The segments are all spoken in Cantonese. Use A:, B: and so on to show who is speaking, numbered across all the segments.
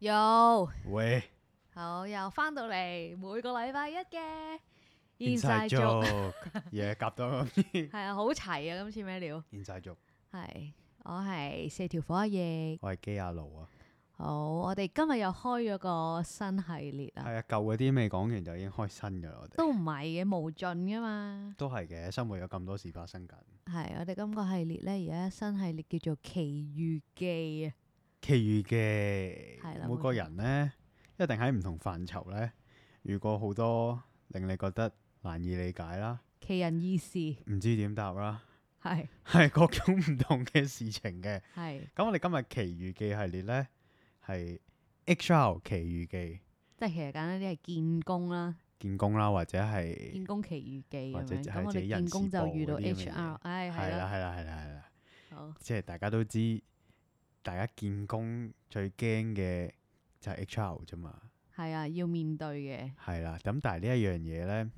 A: 有
B: 喂，
A: 好又翻到嚟每個禮拜一嘅
B: Inside
A: 足
B: joke，嘢夾到咁
A: 係啊，好齊啊！今次咩料？
B: ，inside joke，
A: 係我係四條火翼。
B: 我係基亞奴啊，
A: 好，我哋今日又開咗個新系列啦，
B: 係啊，舊嗰啲未講完就已經開新噶啦，我哋
A: 都唔係嘅，無盡噶嘛。
B: 都係嘅，生活有咁多事發生緊。
A: 係我哋今個系列咧，而家新系列叫做《奇遇記》啊。
B: 其餘嘅
A: 係啦
B: 每個人呢，一定喺唔同範疇呢，遇過好多令你覺得難以理解啦，
A: 奇人異事
B: 唔知點答啦，
A: 係
B: 係各種唔同嘅事情嘅。
A: 係，
B: 咁我哋今日奇遇記系列呢，係 HR 奇遇記
A: 即係其實簡單啲係見工啦，
B: 見工啦，或者係。
A: 見工奇遇記
B: 或
A: 咁
B: 者
A: 樣。
B: 就係
A: 咁我
B: 自
A: 哋
B: 己
A: 見
B: 人事
A: 工就
B: 部
A: 遇到
B: 嗰啲咁嘅嘢
A: HR，唉
B: 係
A: 係
B: 啦，
A: 啦，
B: 係啦，係啦，係啦，
A: 好。
B: 即係大家都知，大家見工最驚嘅就係 HR 啫嘛，
A: 係啊，要面對嘅，
B: 係啦。咁但係呢一樣嘢咧，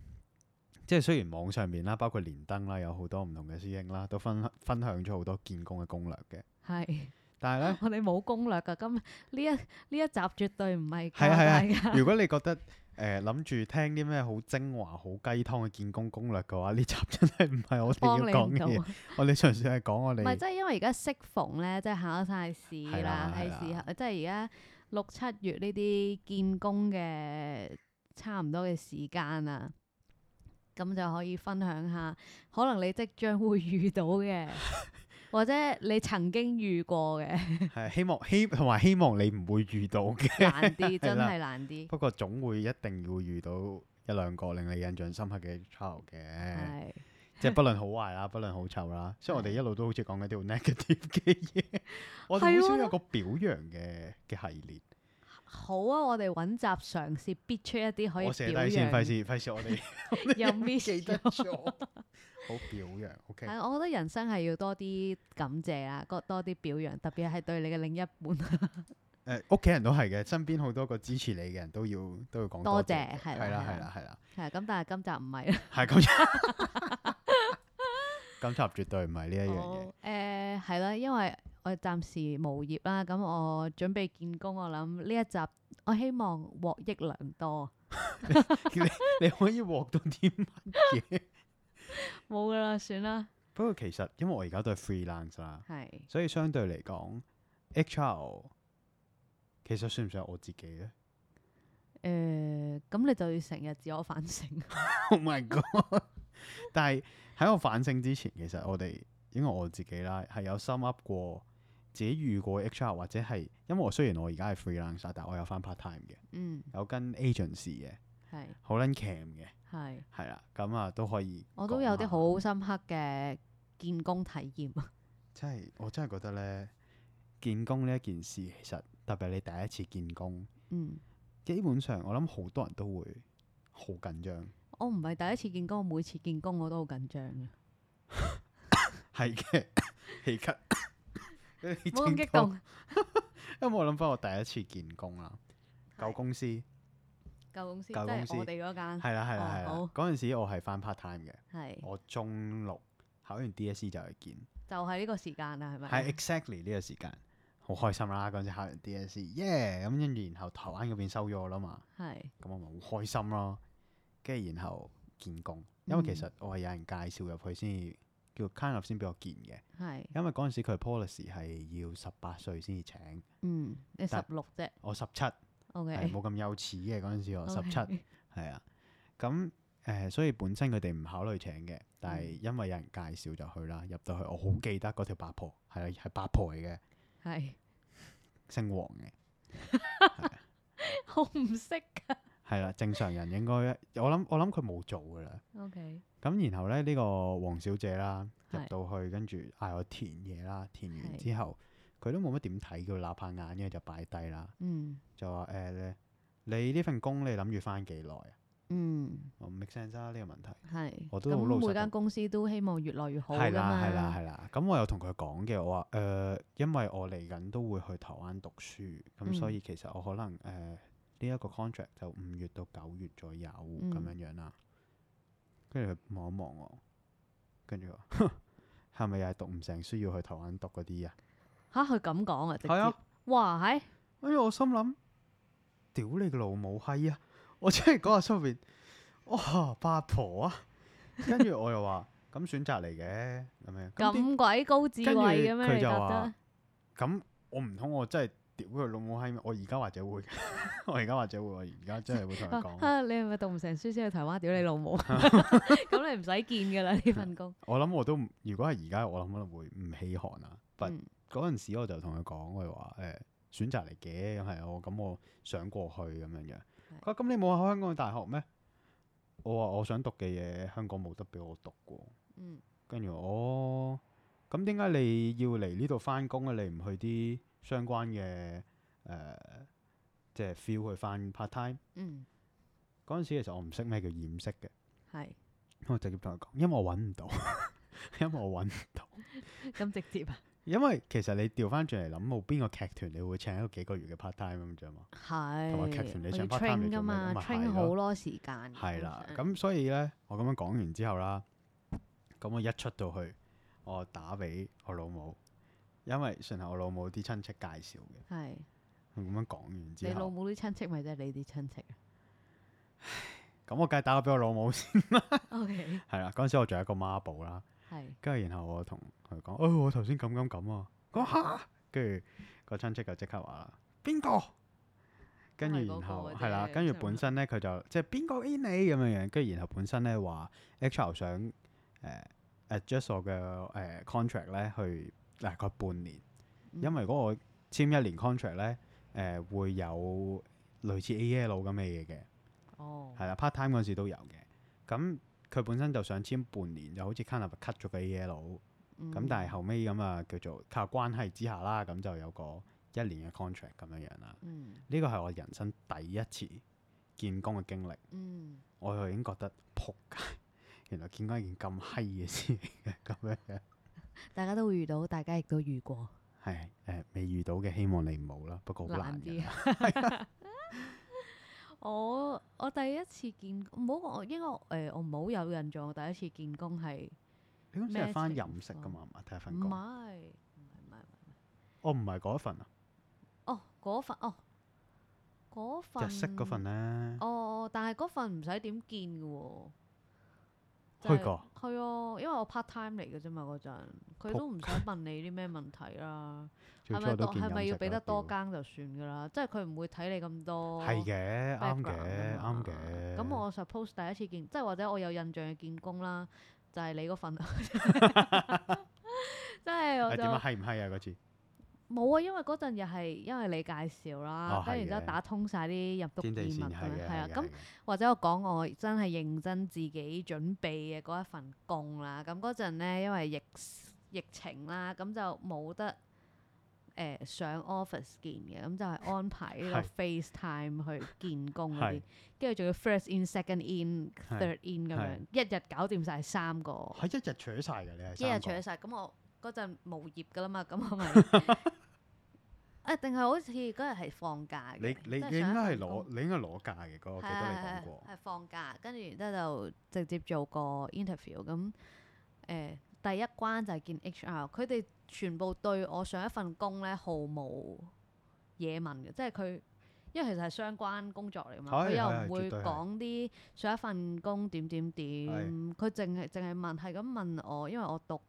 B: 即係雖然網上面啦，包括連登啦，有好多唔同嘅師兄啦，都分分享咗好多見工嘅攻略嘅，
A: 係
B: 但係咧。
A: 我哋冇攻略噶。咁呢一呢一集絕對唔係教
B: 係啊係啊
A: 大家，
B: 如果你覺得誒諗住聽啲咩好精華、好雞湯嘅見工攻略嘅話，呢集真係唔係我
A: 幫
B: 哋
A: 你
B: 要講
A: 唔
B: 嘅
A: 到。
B: 嘢，
A: 唔
B: 我哋純粹係講我
A: 係，
B: 哋
A: 即係因為而家適逢咧，即係考晒試啦
B: 係啦，
A: 係
B: 係啊啦
A: 時候，即係而家六七月呢啲見工嘅差唔多嘅時間啦。咁就可以分享下，可能你即將會遇到 嘅，或者你曾經遇過嘅，
B: 係希望希同埋希望你唔會遇到嘅。
A: 難啲，
B: 係
A: 真
B: 啦
A: 係難啲，
B: 不過總會一定會遇到一兩個令你印象深刻嘅 trial 嘅，
A: 係。
B: 即係不論好壞啦，不論好臭啦。所以我哋
A: 係
B: 一路都好似講緊啲好 negative 嘅 嘢，我
A: 係
B: 哋好少
A: 喎
B: 有個表揚嘅嘅系列。
A: 好啊！我哋揾集嘗試逼出一啲可以
B: 我寫
A: 表
B: 低先，費
A: 揚，
B: 事費事我哋
A: 又 miss
B: 記得
A: 咗
B: 咗。好表揚，OK，
A: 係啊我覺得人生係要多啲感謝啦，多多啲表揚，特別係對你嘅另 一半
B: 誒屋企人都係嘅，身邊好多個支持你嘅人都要都要講
A: 多
B: 謝，
A: 謝，係
B: 係啦
A: 啦
B: 係啦，係啦，
A: 係啊咁但係今集唔係啦，
B: 係咁。 今集絕對唔係呢一樣嘢
A: 我，誒係啦，因為我暫時無業啦，咁我準備見工，我諗呢一集我希望獲益良多，
B: 你可以獲到啲乜嘢？
A: 冇噶啦，算啦，
B: 不過其實因為我而家都係 freelance 啦，
A: 係
B: 所以相對嚟講，HR 其實算唔算係我自己咧
A: 誒咁你就要成日自我反省，
B: ？Oh my god！但係喺我反省之前，其實我哋因為我自己啦，係有 sum up 過自己遇過 HR 或者係因為我雖然我而家係 freelance，啦但我有翻 part time 嘅，
A: 嗯
B: 有跟 agency 嘅，
A: 係
B: 好撚 cam 嘅，
A: 係，
B: 係啦，咁啊都可以。
A: 我都有啲好深刻嘅見工體驗。啊
B: 真係，我真係覺得咧，見工呢一件事，其實特別係你第一次見工，
A: 嗯，
B: 基本上我諗好多人都會好緊張，
A: 我唔係第一次見工，我每次見工我都好緊張嘅，
B: 係嘅， 氣咳。你
A: 冇咁
B: 整
A: 激
B: 到，
A: 動。
B: 因為我諗翻我第一次見工啦，舊公司係
A: 舊公司即
B: 舊公司
A: 係我哋嗰間，
B: 啦係啦
A: 嗯哦
B: 係啦
A: 好，
B: 嗰陣時我係翻 part time 嘅，
A: 係
B: 我中六考完 DSE 就去見，
A: 就係呢個時間啊啦，係咪？
B: 係 exactly 呢個時間，好開心啦！嗰陣時考完 DSE，耶！咁跟住然後台灣嗰邊收咗我啦嘛。
A: 係
B: 咁我咪好開心咯。跟住然後見工，因為其
A: 嗯
B: 實我係有人介紹入去先至叫 kind of 先俾我見嘅，
A: 係，
B: 因為嗰陣時佢 policy 係要十八歲先至請，
A: 嗯，你十
B: 但
A: 六啫
B: 我十七，係
A: ，OK，
B: 冇咁幼稚嘅嗰陣時 我十七，
A: OK，
B: 係啊，咁誒、呃所以本身佢哋唔考慮請嘅，
A: 嗯
B: 但係因為有人介紹就去啦，入到去我好記得嗰條八婆係啊係八婆嚟嘅，
A: 係，
B: 姓黃嘅。
A: 我唔識㗎。
B: 係啦，正常人應該，我諗我諗佢冇做噶啦，
A: OK，
B: 咁然後咧呢、呢個黃小姐啦，入
A: 係
B: 到去跟住嗌我填嘢啦，填完
A: 係
B: 之後佢都冇乜點睇，叫佢擸下眼，跟住就擺低啦，
A: 嗯
B: 就話誒、呃你呢份工你諗住翻幾耐啊？
A: 嗯，
B: 我唔 make sense 啊呢、個問題。
A: 係。
B: 我都好老實
A: 咁每
B: 咁
A: 間公司都希望越來越好㗎
B: 係啦
A: 嘛。
B: 係啦係啦，咁我有同佢講嘅，我話誒、呃因為我嚟緊都會去台灣讀書，咁所
A: 嗯
B: 以其實我可能誒呢一個 contract 就五月到九月左右
A: 嗯
B: 咁樣樣啦。跟住佢望一望我，跟住話：哼 係咪又係讀唔成書要去台灣讀嗰啲啊？
A: 嚇，佢咁講啊，直
B: 係啊
A: 接。哇，係
B: 跟住我心諗屌你個老母閪啊！我真係嗰日出面，哇八婆啊！跟住我又話 咁選擇嚟嘅咁樣，咁點
A: 咁鬼高智慧
B: 跟住
A: 嘅咩？
B: 佢
A: 你
B: 就
A: 答
B: 話
A: 得？
B: 咁我唔通我真係屌佢老母閪咩？我而家或者會， 我而家或者會，我而家真係會同
A: 啊
B: 佢講。
A: 啊！你係咪讀唔成書先去台灣？屌你老 母！ 咁你唔使見噶啦呢份工。
B: 我諗我都唔，如果係而家，我諗可能會唔稀罕啊。但
A: 嗯
B: 嗰陣時我就同佢講，我就話誒選擇嚟嘅，係我咁我想過去咁樣樣。佢話咁你冇喺香港嘅大學咩？我話我想讀嘅嘢香港冇得俾我讀喎。
A: 嗯，
B: 跟住我哦，咁點解你要嚟呢度翻工啊？你唔去啲相關嘅誒、呃即係 feel 去翻 part time？
A: 嗯，
B: 嗰陣時其實我唔識咩叫掩飾嘅，
A: 係
B: 我直接同佢講，因為我揾唔到， 因為我揾唔到。
A: 咁直接啊？
B: 因為其實你調翻轉嚟諗，冇邊個劇團你會請一個幾個月嘅 part time 咁啫嘛。
A: 係。
B: 同埋劇團你
A: 我
B: 想
A: 要
B: part time
A: train
B: 你
A: 噶
B: 做咩
A: 嘛
B: 咪係
A: ，train
B: 咯
A: 好多時間。
B: 係啦，
A: 通常
B: 咁所以呢，我咁樣講完之後啦，咁我一出到去，我打俾我老母，因為算係我老母啲親戚介紹嘅。
A: 係
B: 咁樣講完
A: 你
B: 之
A: 老
B: 後，
A: 母啲親戚咪即係你啲親戚啊
B: 咁我梗係打咗俾我老母先。
A: ？OK，
B: 係啦，嗰陣時我仲有一個孖寶啦，
A: 係
B: 跟住然後我同佢講：，哦，我頭先咁咁咁啊！講嚇，跟住個親戚就即刻話啦：邊個？跟住
A: 都係嗰
B: 然
A: 個
B: 後
A: 嘅啫
B: 係啦，跟住
A: 真係
B: 本身咧佢就即係邊個 in 你咁樣樣，跟住然後本身咧話 HR 想誒、呃 adjust 我嘅誒、呃 contract 咧去大概半年，
A: 嗯
B: 因為如果我簽一年 contract 咧誒、呃、會有類似 AL 咁嘅嘢嘅。
A: 哦，
B: 係啦，part time 嗰陣時都有嘅。咁佢本身就想簽半年，就好似 kind of cut 咗個 A L，咁、
A: 嗯
B: 但係後尾咁啊叫做靠關係之下啦，咁就有個一年嘅 contract 咁樣樣啦。
A: 嗯
B: 呢個係我人生第一次見工嘅經歷，
A: 嗯
B: 我就已經覺得撲街， 原來見工係件咁閪嘅事嚟嘅咁樣樣。
A: 大家都會遇到，大家亦都遇過，
B: 係誒、未遇到嘅，希望你唔好啦。不過好難
A: 難
B: 嘅
A: 啲。。 我我第一次見，唔好講我應該誒、我唔好有印象。我第一次見工係
B: 你嗰陣時係翻
A: 咩情
B: 飲食㗎嘛？係嘛睇下
A: 唔
B: 份工。
A: 係唔係唔係唔係
B: 我唔係嗰一份啊，
A: 哦嗰份哦嗰份
B: 日式嗰份啊咧。
A: 哦，但係嗰份唔使點見嘅喎。就
B: 去
A: 係
B: 過
A: 係啊，因為我 part time 嚟嘅啫嘛嗰陣，佢
B: 仆
A: 都唔想問你啲咩問題啦。
B: 最
A: 係
B: 初
A: 咪
B: 都
A: 多
B: 見
A: 係咪
B: 飲
A: 要
B: 食
A: 俾
B: 啦
A: 得多
B: 屌
A: 更就算㗎啦？即係佢唔會睇你咁多。
B: 係嘅，
A: background
B: 啱嘅，
A: 啊嘛
B: 啱嘅。
A: 咁我 suppose 第一次見，即係或者我有印象嘅見工啦，就係、你嗰份， 即係
B: 誒
A: 我
B: 點啊？
A: 就
B: 係唔係啊？嗰次
A: 冇啊，因為嗰陣又係因為你介紹啦
B: 哦，
A: 跟住然
B: 係
A: 之後
B: 嘅
A: 打通晒啲入
B: 天
A: 讀
B: 地
A: 意
B: 線
A: 物咁
B: 係
A: 樣，
B: 嘅，
A: 係啊
B: 係，嘅
A: 咁
B: 係嘅
A: 或者我講我真係認真自己準備嘅嗰一份工啦。咁嗰陣咧，因為疫疫情啦，咁就冇得誒、呃上 office 見嘅，咁就係安排呢個 FaceTime 去見工嗰啲
B: 係，
A: 跟住仲要 first in、second in、
B: 係
A: third in 咁樣，一日搞掂晒三個，
B: 哦係一日取晒嘅，你係
A: 一日
B: 三
A: 除
B: 個
A: 咗晒。咁我嗰陣無業噶啦嘛，咁 我咪誒定係好似嗰日係放假嘅，
B: 你你
A: 即係上
B: 你應
A: 一
B: 該係
A: 份工
B: 攞你應該攞假嘅嗰個，我記得你
A: 係
B: 講
A: 係
B: 過。
A: 係放假，跟住然之後就直接做個 interview 咁。誒、呃第一關就係見 HR，佢哋全部對我上一份工咧毫無嘢問嘅，即係佢因為其實係相關工作嚟嘛，佢
B: 係
A: 又
B: 係係
A: 唔會
B: 絕對係
A: 講啲上一份工點點點，佢淨係淨係問係咁問我，因為我讀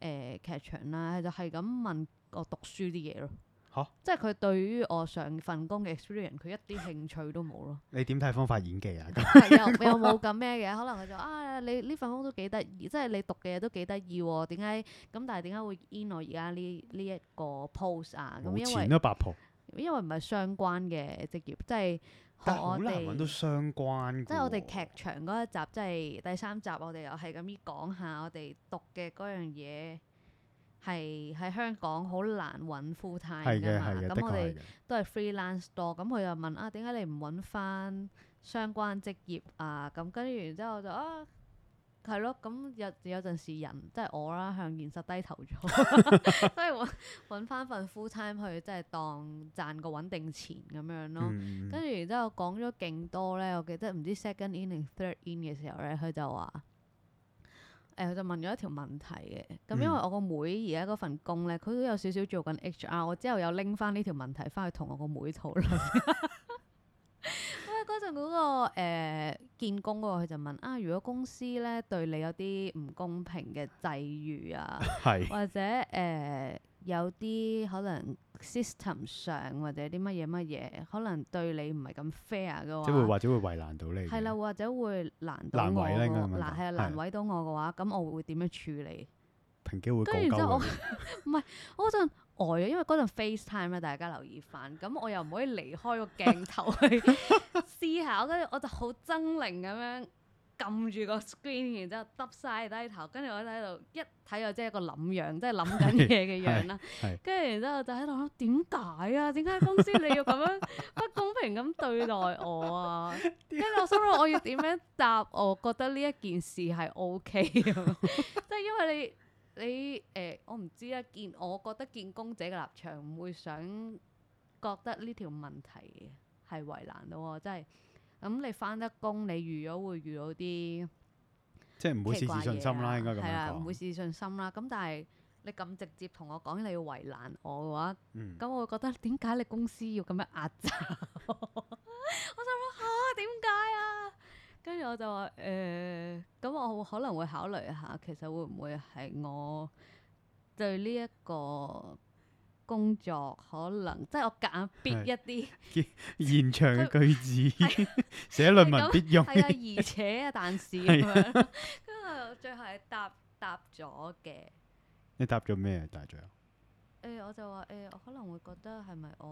A: 誒、劇場啦，佢就係咁問我讀書啲嘢咯。
B: 嚇
A: 即係佢對於我上份工嘅 experience，佢一啲興趣都冇咯。
B: 你點睇方法演 技 啊？咁
A: 係又又冇咁咩嘅，可能佢就啊，你呢份工都幾得意，即係你讀嘅嘢都幾得意喎。點解咁？但係點解會 in 我而家呢呢一個 post 啊？咁
B: 冇
A: 因
B: 錢
A: 為
B: 咯，八婆。
A: 因為唔係相關嘅職業，即係學
B: 但係好
A: 我
B: 難揾到
A: 哋。
B: 相關嘅喎。
A: 即係我哋劇場嗰一集，即係第三集，我哋又係咁樣講下我哋讀嘅嗰樣嘢係喺香港好難揾 full time 㗎
B: 係嘅
A: 嘛。
B: 係嘅，的
A: 咁我
B: 確
A: 哋
B: 係嘅。
A: 都係 freelance 多，咁佢就問啊，點解你唔揾翻相關職業啊？咁跟住然之後我就啊，係咯，咁有有陣時人即係我啦，向現實低頭咗， 所以揾揾翻份 full time 去，即係當賺個穩定錢咁樣咯。
B: 嗯嗯
A: 跟
B: 嗯
A: 住然之後講咗勁多咧，我記得唔知 second in 定 third in 嘅時候咧，佢就話誒，佢、就問咗一條問題嘅。咁因為
B: 嗯
A: 我個妹而家嗰份工咧，佢都 有少少做緊 HR，我之後有拎翻呢條問題翻去同我個妹討論。嗰陣嗰個誒見工嗰個，佢就問啊，如果公司咧對你有啲唔公平嘅際遇啊，
B: 係
A: 或者誒、呃有啲可能 system 上或者啲乜嘢乜嘢，可能對你唔係咁 fair 嘅話，
B: 即係會或者會為難到你嘅。
A: 係啦，或者會難到
B: 難
A: 我
B: 為啦應該咁
A: 嘅
B: 樣
A: 嗱
B: 講
A: 係啊
B: 係
A: 難為到我嘅話，咁我會點樣處理？
B: 平機會告
A: 跟住然之後
B: 鳩
A: 我
B: 佢。
A: 我嗰陣呆咗，因為嗰陣 FaceTime 咧，大家留意翻，咁我又唔可以離開個鏡頭去思考，跟住我就好猙獰咁樣撳住個 screen，然之後耷晒低頭，跟住我喺度一睇就即係一個諗樣，即係諗緊嘢嘅樣啦
B: 係係。
A: 跟住然之後就喺度諗點解啊？點解公司你要咁樣 不公平咁對待我 啊？跟住我心諗我要點樣答？我覺得呢一件事係 O K 嘅， 即係因為你。你誒、我唔知啦，見我覺得見工者嘅立場唔會想覺得呢條問題係為難到我，即係咁你翻得工，你預咗會遇到啲
B: 即係唔好
A: 奇
B: 事
A: 怪
B: 事信
A: 嘢
B: 心啦，
A: 啊
B: 應該咁
A: 係啦，唔
B: 樣
A: 會
B: 講。
A: 事事信心啦。咁但係你咁直接同我講你要為難我嘅話，
B: 嗯，
A: 咁我會覺得點解你公司要咁樣壓榨我？ 我心諗吓點解啊？跟住我就話誒，呃咁、我可能會考慮一下，其實會唔會係我對呢一個工作可能即係我夾硬逼一啲
B: 現場嘅句子， 寫
A: 係
B: 論文
A: 咁
B: 必用。
A: 啊係啊，而且啊，但是咁樣，跟住我最後係答答咗嘅。
B: 你答咗咩啊？大象
A: 誒、我就話誒、我可能會覺得係咪我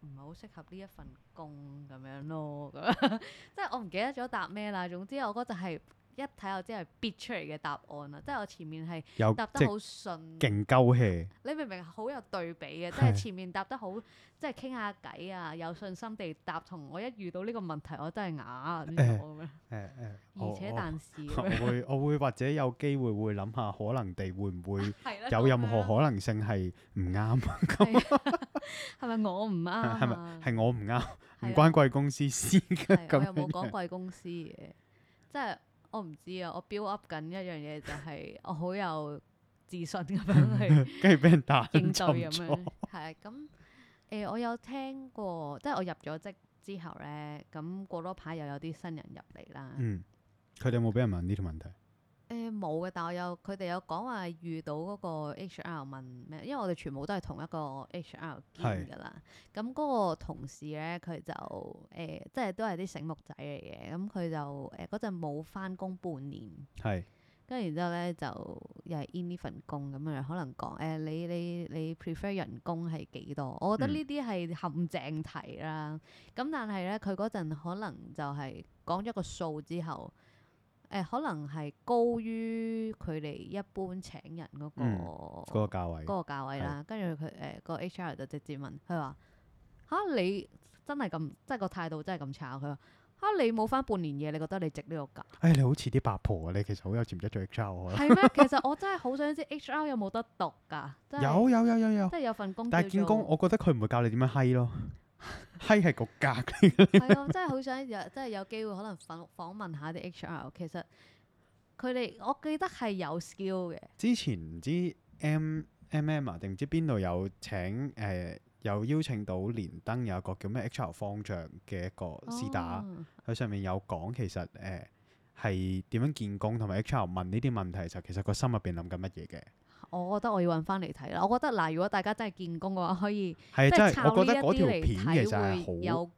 A: 唔係好適合呢一份工咁樣咯，咁 樣即係我唔記得咗答咩啦。總之我嗰陣係一睇我知係必出嚟嘅答案啦，即係我前面係
B: 有
A: 答
B: 即
A: 得
B: 係
A: 好順，
B: 勁鳩氣，
A: 你明唔明好有對比嘅，即係
B: 係
A: 前面答得好，即係傾下偈啊，有信心地答，同我一遇到呢個問題我真係啞啊
B: 誒哦
A: 咗咁樣，
B: 誒誒，我
A: 而且但是咁
B: 我
A: 樣
B: 我會我會或者有機會會諗下，可能地會 唔會
A: 係啦，
B: 有
A: 咁
B: 任
A: 樣
B: 何可能性係唔啱，
A: 係咪我唔啱啊？
B: 係咪係我唔啱，唔
A: 係啊
B: 關貴公司事嘅
A: 係，我
B: 咁
A: 又冇
B: 樣
A: 講貴公司嘅，即係我唔知啊。我 build up 緊一樣嘢就係我好有自信咁樣去
B: 跟住俾人打
A: 應對
B: 沉
A: 咁樣
B: 咗。，
A: 係啊咁誒，我有聽過，即係我入咗職之後咧，咁過多排又有啲新人入嚟啦。
B: 嗯，佢哋有冇俾人問呢條問題？
A: 誒呃冇嘅，但我有佢哋有講話遇到嗰個 HR 問咩，因為我哋全部都係同一個 HR 見
B: 係
A: 㗎啦。咁嗰個同事咧，佢就誒、即係都係啲醒目仔嚟嘅。咁佢就誒嗰陣冇翻工半年，
B: 係
A: 跟住然之後咧就又係 in 呢份工咁樣，可能講誒、你你你 prefer 人工係幾多？我覺得
B: 嗯
A: 呢啲係陷阱題啦。咁但係咧，佢嗰陣可能就係講咗個數之後，誒、可能係高於佢哋一般請人嗰、
B: 嗯
A: 個
B: 嗰個價位，
A: 嗰個價位啦，跟住佢誒個 HR 就直接問佢話：吓，你真係咁，即係個態度真係咁差？佢話吓，你冇翻半年嘢，你覺得你值呢個價？
B: 哎，你好似啲八婆啊！你其實好有潛質做 HR 我覺得
A: 係咩？其實我真係好想知 HR 有冇得讀㗎？真係
B: 有有有有有
A: 即，係有份工叫做，
B: 但係見工，我覺得佢唔會教你點樣閪咯，閪係個格嚟嘅。
A: 係啊，真係好想有，即係有機會可能訪訪問下啲 HR。其實佢哋我記得係有 skill 嘅，
B: 之前唔知 M M M 啊，定唔知邊度有請誒、呃有邀請到連登有一個叫咩 HR 方丈嘅一個師打，
A: 哦
B: 佢、上面有講其實誒係點樣見工，同埋 HR 問呢啲問題就其實個心入邊諗緊乜嘢嘅。
A: 哦我覺得我要揾翻嚟睇啦。我覺得嗱，如果大家真係見工嘅話，可以
B: 係啊
A: 即
B: 真
A: 係
B: 係，
A: 靠呢
B: 我覺
A: 一
B: 得嗰
A: 啲
B: 條
A: 嚟
B: 片其實
A: 睇會
B: 係好。
A: 有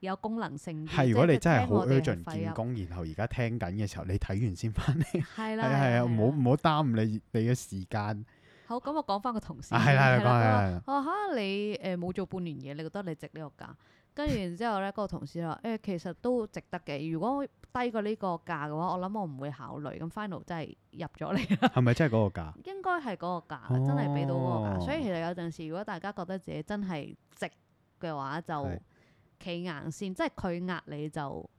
A: 有功能性啲。
B: 係，如果你真係
A: 係
B: 好 urgent 見，工，然後而家聽緊嘅時候，你睇完先翻嚟，
A: 係
B: 係
A: 啦
B: 啊係啊，唔好
A: 啦
B: 唔好耽誤你你嘅時間。
A: 好，咁我講翻個同事
B: 啊，係啦，
A: 先
B: 你講係啦，
A: 我話嚇啊你誒冇、做半年嘢，你覺得你值呢個價？跟住然之後咧，嗰個同事話誒、其實都值得嘅。如果低過呢個價嘅話，我諗我唔會考慮。咁 final 真係入咗嚟啦，
B: 係咪真係嗰個價？
A: 應該係嗰個價，真係俾到嗰個價。
B: 哦
A: 所以其實有陣時，如果大家覺得自己真係值嘅話，就
B: 係
A: 企硬先，即係佢壓你就。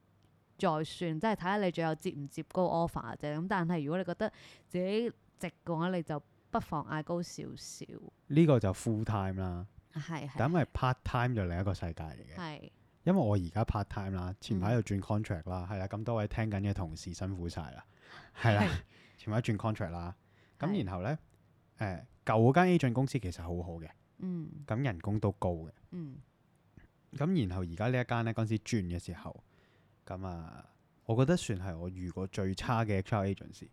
A: 再算，即係睇下你最後接唔接高 offer 啫。咁但係如果你覺得自己值嘅話，你就不妨嗌高少少。
B: 呢個就 full time 啦，
A: 係
B: 但
A: 係
B: 因為 part time 就另一個世界嚟嘅。
A: 係。
B: 因為我而家 part time 啦，前
A: 嗯
B: 排又轉 contract 啦，係啦，咁多位聽緊嘅同事辛苦晒 啦，係啦，前排轉 contract 啦，
A: 係
B: 咁然後呢，誒舊嗰間 agent 公司其實好好嘅，
A: 嗯
B: 咁人工都高嘅。
A: 嗯
B: 咁然後而家呢一間呢，嗰陣時轉嘅時候，咁啊，我覺得算係我遇過最差嘅 HR agency。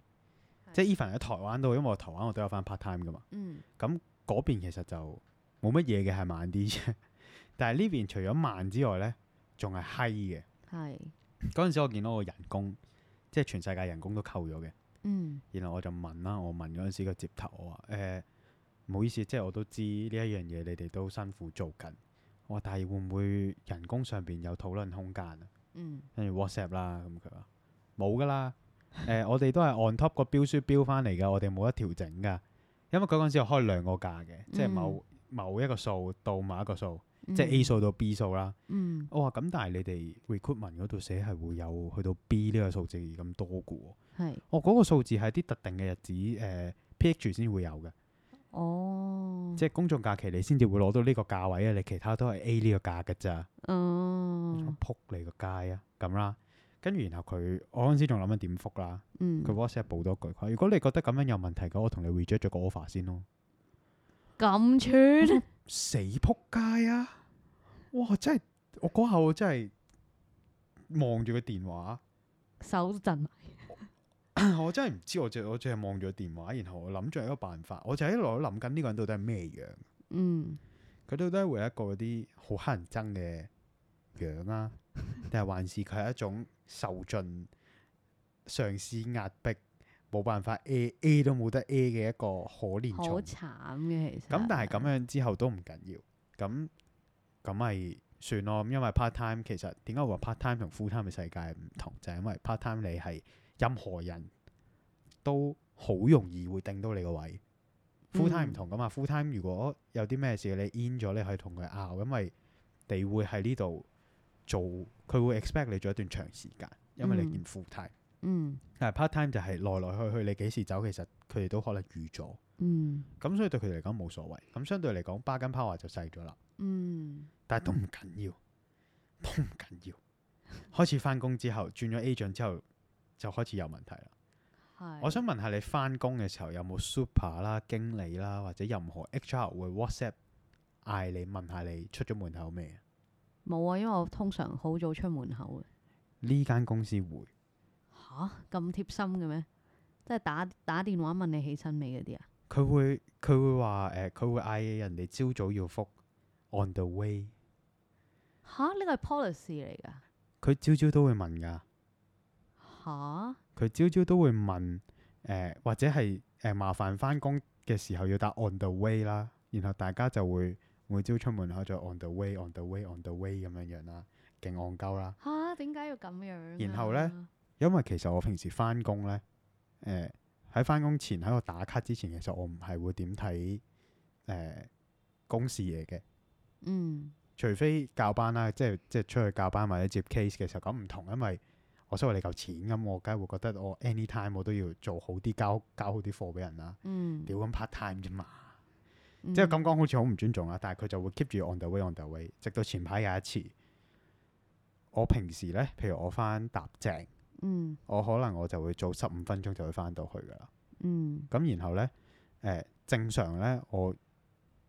B: 即係 even 喺台灣都，因為我台灣我都有翻 part time 噶嘛。
A: 嗯
B: 嗰邊其實就冇乜嘢嘅，係慢啲啫。 但係呢邊除咗慢之外呢，仲係閪嘅。
A: 係
B: 嗰陣時我見到我人工，即係全世界人工都扣咗嘅。
A: 嗯
B: 然後我就問啦，我問嗰陣時個接頭，我話誒，唔、好意思，即係我都知呢一樣嘢，你哋都辛苦做緊。我話但係會唔會人工上邊有討論空間啊？
A: 嗯
B: 跟住 WhatsApp 啦，咁佢話冇噶啦。誒、我哋都係 on top 個標書標翻嚟噶，我哋冇得調整噶。因為嗰陣時我開兩個價嘅，即係
A: 嗯
B: 某某一個數到某一個數，
A: 嗯
B: 即係 A 數到 B 數啦。
A: 嗯
B: 我話咁，但係你哋 recruitment 嗰度寫係會有去到 B 呢個數字咁多嘅喎。
A: 係
B: 我嗰、個數字係啲特定嘅日子誒、PH 先會有嘅，
A: 嗯哦
B: 即係公眾假期你先至會攞到呢個價位啊！你其他都係 A 呢個價嘅咋，我想
A: 哦
B: 撲你個街啊咁啦。跟住然後佢，我嗰陣時仲諗緊點覆啦。
A: 嗯
B: 佢 WhatsApp 補多句，佢話如果你覺得咁樣有問題嘅，我同你 reject 咗個 offer 先咯。
A: 咁串
B: 死撲街啊！哇！真係我嗰下我真係望住個電話，
A: 手震埋
B: 我真係唔知我只我只係望住個電話，然後我諗住一個辦法，我就喺度諗緊呢個人到底係咩樣。
A: 嗯
B: 佢到底會有一個嗰啲好乞人憎嘅樣 啊，定係還是佢係一種受盡上司壓迫，冇辦法 A A 都冇得 A 嘅一個可憐
A: 好
B: 蟲。
A: 慘嘅其實
B: 咁但係咁樣之後都唔緊要，咁咁咪算咯。因為 part time 其實點解我話 part time 同 full time 嘅世界唔同，就係、因為 part time 你係任何人都好容易會定到你個位。full time 唔
A: 嗯
B: 同噶嘛，full time 如果有啲咩事你 in 咗，你去同佢拗，因為你會喺呢度做，佢會 expect 你做一段長時間，因為
A: 嗯
B: 你見 full time。
A: 嗯
B: 但係 part time 就係來來去去，你幾時走，其實佢哋都可能預咗。
A: 嗯
B: 咁所以對佢哋嚟講冇所謂。咁相對嚟講，巴金 power 就細咗啦，
A: 嗯
B: 但係都唔緊要，都唔緊要。開始翻工之後，轉咗 agent 之後，就開始有問題啦。
A: 係
B: 我想問下你翻工嘅時候有冇 super 啦、經理啦或者任何 HR 會 WhatsApp 嗌你問下你出咗門口未？
A: 冇啊，因為我通常好早出門口嘅
B: 呢間公司會
A: 吓咁貼心嘅咩？即係打打電話問你起身未嗰啲啊？
B: 佢會佢會話誒，佢、會嗌人哋朝早要覆 on the way，
A: 吓呢個係 policy 嚟㗎
B: 佢朝朝都會問㗎。
A: 吓
B: 佢朝朝都會問誒、呃或者係誒、呃麻煩翻工嘅時候要打 on the way 啦，然後大家就會每朝出門口就 on the way on the way on the way 咁樣樣啦，勁戇鳩啦。
A: 吓點解要咁樣？啊
B: 然後呢，因為其實我平時翻工咧，誒喺翻工前喺我打卡之前，其實我唔係會點睇誒公事嘢嘅，
A: 嗯
B: 除非教班啦，即係即係出去教班或者接 case 嘅時候，咁唔同，因為我收你嚿錢咁，我梗係會覺得我 anytime 我都要做好啲，交交好啲貨俾人啦。
A: 嗯，
B: 屌咁 part time 啫嘛，
A: 即
B: 即係咁講好似好唔尊重啦，啊但係佢就會 keep 住 on the way on the way，直到前排有一次，我平時呢，譬如我翻搭正，
A: 嗯
B: 我可能我就會早十五分鐘就會翻到去噶啦。
A: 嗯
B: 咁然後呢，誒、正常呢，我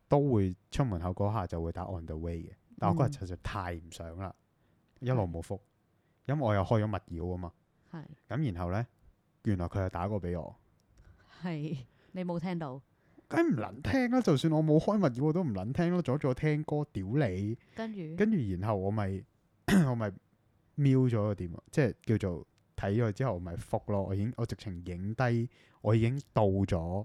B: 都會出門口嗰下就會打 on the way 嘅，但我嗰日
A: 嗯
B: 實在太唔想啦，一路冇覆，因為我又開咗密鷂啊嘛。
A: 係
B: 咁然後呢，原來佢又打過俾我，
A: 係你冇聽到，
B: 梗係唔撚聽啦！就算我冇開密鷂，我都唔撚聽咯，阻住我聽歌，屌你！
A: 跟住
B: 跟住然後我咪 我咪瞄咗個電話，即係叫做睇咗之後我咪覆咯。我已經我直情影低，我已經到咗，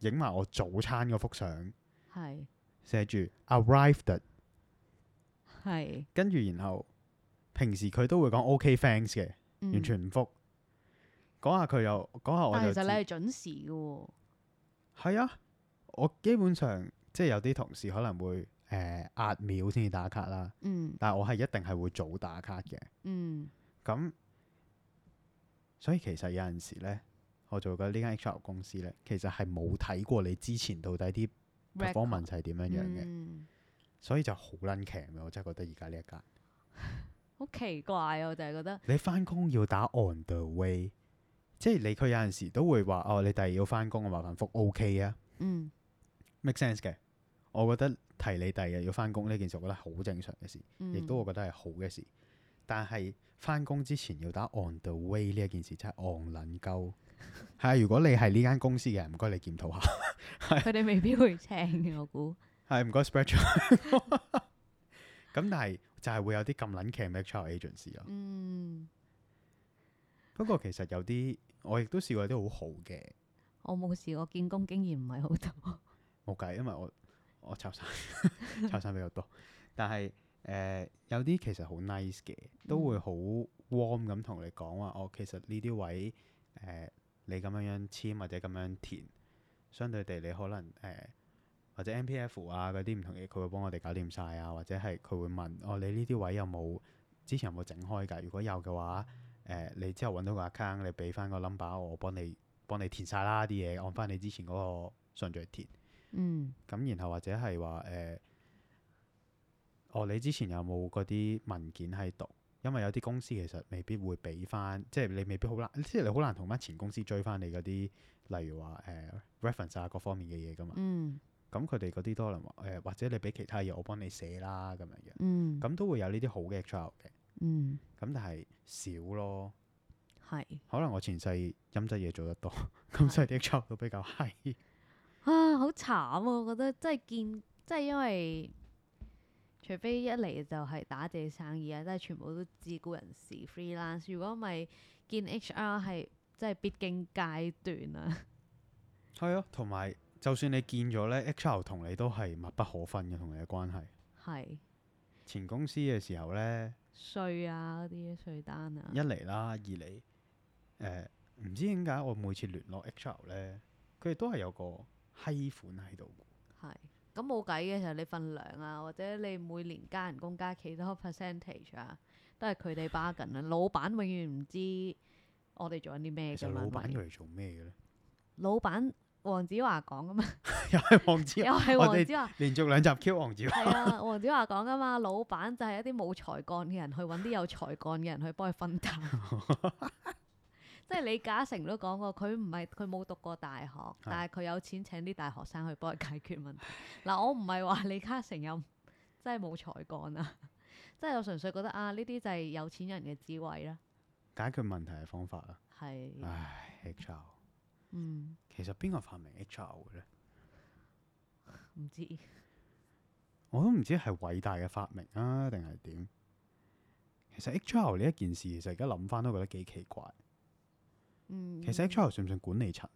B: 影埋我早餐嗰幅相，
A: 係
B: 寫住 arrived。
A: 係
B: 跟住然後平時佢都會講 OK thanks 嘅，完
A: 完。
B: 全唔覆。嗰下佢又嗰下我
A: 嗯但其實
B: 就知
A: 你係準時嘅喎，
B: 係啊，我基本上即係有啲同事可能會誒、呃、壓秒先至打卡啦，
A: 嗯
B: 但係我係一定係會早打卡嘅。
A: 嗯
B: 咁所以其實有陣時咧，我做覺得呢間 HR 公司咧，其實係冇睇過你之前到底啲 performance 係點樣樣嘅，
A: 嘅，
B: 所以就好撚強嘅。我真係覺得而家呢一間，
A: 好奇怪啊！我就係覺得，
B: 你翻工要打 on the way，即係你佢有陣時都會話哦，你第二日要翻工，我麻煩覆 OK 啊
A: 嗯
B: ，make sense 嘅。我覺得提你第二日要翻工呢件事，我覺得係好正常嘅事，亦
A: 嗯
B: 都我覺得係好嘅事。但係翻工之前要打 on the way 呢一件事真係戇撚鳩。係啊，如果你係呢間公司嘅人，唔該你檢討下。
A: 佢哋未必會請嘅，我估。
B: 係唔該 spread 咗。咁但係就係會有啲咁撚劇嘅 child agency 咯。
A: 嗯，
B: 不過其實有啲我亦都試過有啲好好嘅，
A: 我冇試過見工經驗唔係好多。
B: 冇計，因為我我炒散 炒散比較多。但係誒、呃有啲其實好 nice 嘅，都會好 warm 咁同你講話，哦，其實呢啲位誒、呃你咁樣樣簽或者咁樣填，相對地你可能誒、呃或者 M P F 啊嗰啲唔同嘢，佢會幫我哋搞掂晒啊，或者係佢會問哦，你呢啲位有冇之前有冇整開㗎？如果有嘅話，誒、你之後揾到個 account，你俾翻個 number 我，我幫你幫你填晒啦啲嘢，按翻你之前嗰個順序填。
A: 嗯
B: 咁然後或者係話誒，哦，你之前有冇嗰啲文件喺度？因為有啲公司其實未必會俾翻，即係你未必好難， 即係你好難同翻前公司追翻你嗰啲，例如話誒、呃 reference 啊各方面嘅嘢噶嘛。
A: 嗯
B: 咁佢哋嗰啲多能話呃誒，或者你俾其他嘢我幫你寫啦咁樣樣，
A: 嗯，
B: 咁都會有呢啲好嘅 trial 嘅，
A: 嗯
B: 咁但係少咯。
A: 係
B: 可能我前世陰質嘢做得多，咁所以啲 trial 都比較閪。
A: 啊，好慘啊！我覺得真係見，真係因為除非一嚟就係打自己生意啊，真係全部都自雇人士 freelance。如果唔係見 HR 係真係必經階段啊。
B: 係啊，同埋就算你見咗咧，HR 同你都係密不可分嘅，同你嘅關係。
A: 係
B: 前公司嘅時候咧，
A: 税啊嗰啲税單啊
B: 一，嚟啦，二嚟誒，呃唔、知點解我每次聯絡 HR 咧，佢哋都係有個閪款喺度。
A: 係咁冇計嘅時候，你份糧啊，或者你每年加人工加幾多 percentage 啊，都係佢哋 bargain 啊。老闆永遠唔知我哋做緊啲咩
B: 其
A: 㗎
B: 實
A: 嘛
B: 老，
A: 係
B: 闆
A: 咪
B: 佢嚟做咩嘅咧？
A: 老闆黃子華講噶嘛，
B: 又係 黃子
A: 又
B: 華，
A: 係
B: 我
A: 黃
B: 哋
A: 子華。
B: 連續兩集 Q 黃子華。
A: 係 啊，黃子華講噶嘛，老闆就係一啲冇才幹嘅人去揾啲有才幹嘅人去幫佢分擔。 即係李嘉誠都講過，佢唔係佢冇讀過大學，但係佢有錢請啲大學生去幫佢解決問題。嗱，我唔係話李嘉誠有真係冇才幹啊， 即係我純粹覺得啊，呢啲就係有錢人嘅智慧啦。
B: 解決問題嘅方法啊！
A: 係，
B: 唉，HR
A: 嗯，
B: 其實邊個發明 HR 嘅咧？
A: 唔知
B: 我都唔知係偉大嘅發明啊，定係點？其實 HR 呢一件事，其實而家諗翻都覺得幾奇怪。
A: 嗯，
B: 其實 HR 算唔算管理層？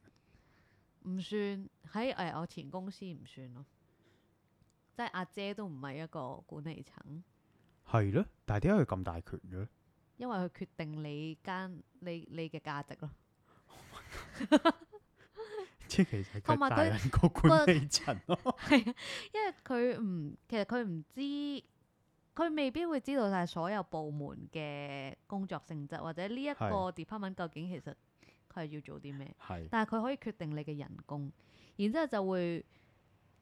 A: 唔算喺誒、我前公司唔算咯，即係阿姐都唔係一個管理層，
B: 係咯，但係點解佢咁大權嘅 咧？
A: 因為佢決定你間你你嘅價值咯。
B: 即係其實
A: 同
B: 佢
A: 埋
B: 大
A: 佢
B: 人個管理層 咯。
A: 係啊，因為佢唔其實佢唔知，佢未必會知道晒所有部門嘅工作性質，或者呢一個 department 究竟其實佢係要做啲咩，
B: 係
A: 但係佢可以決定你嘅人工，然之後就會。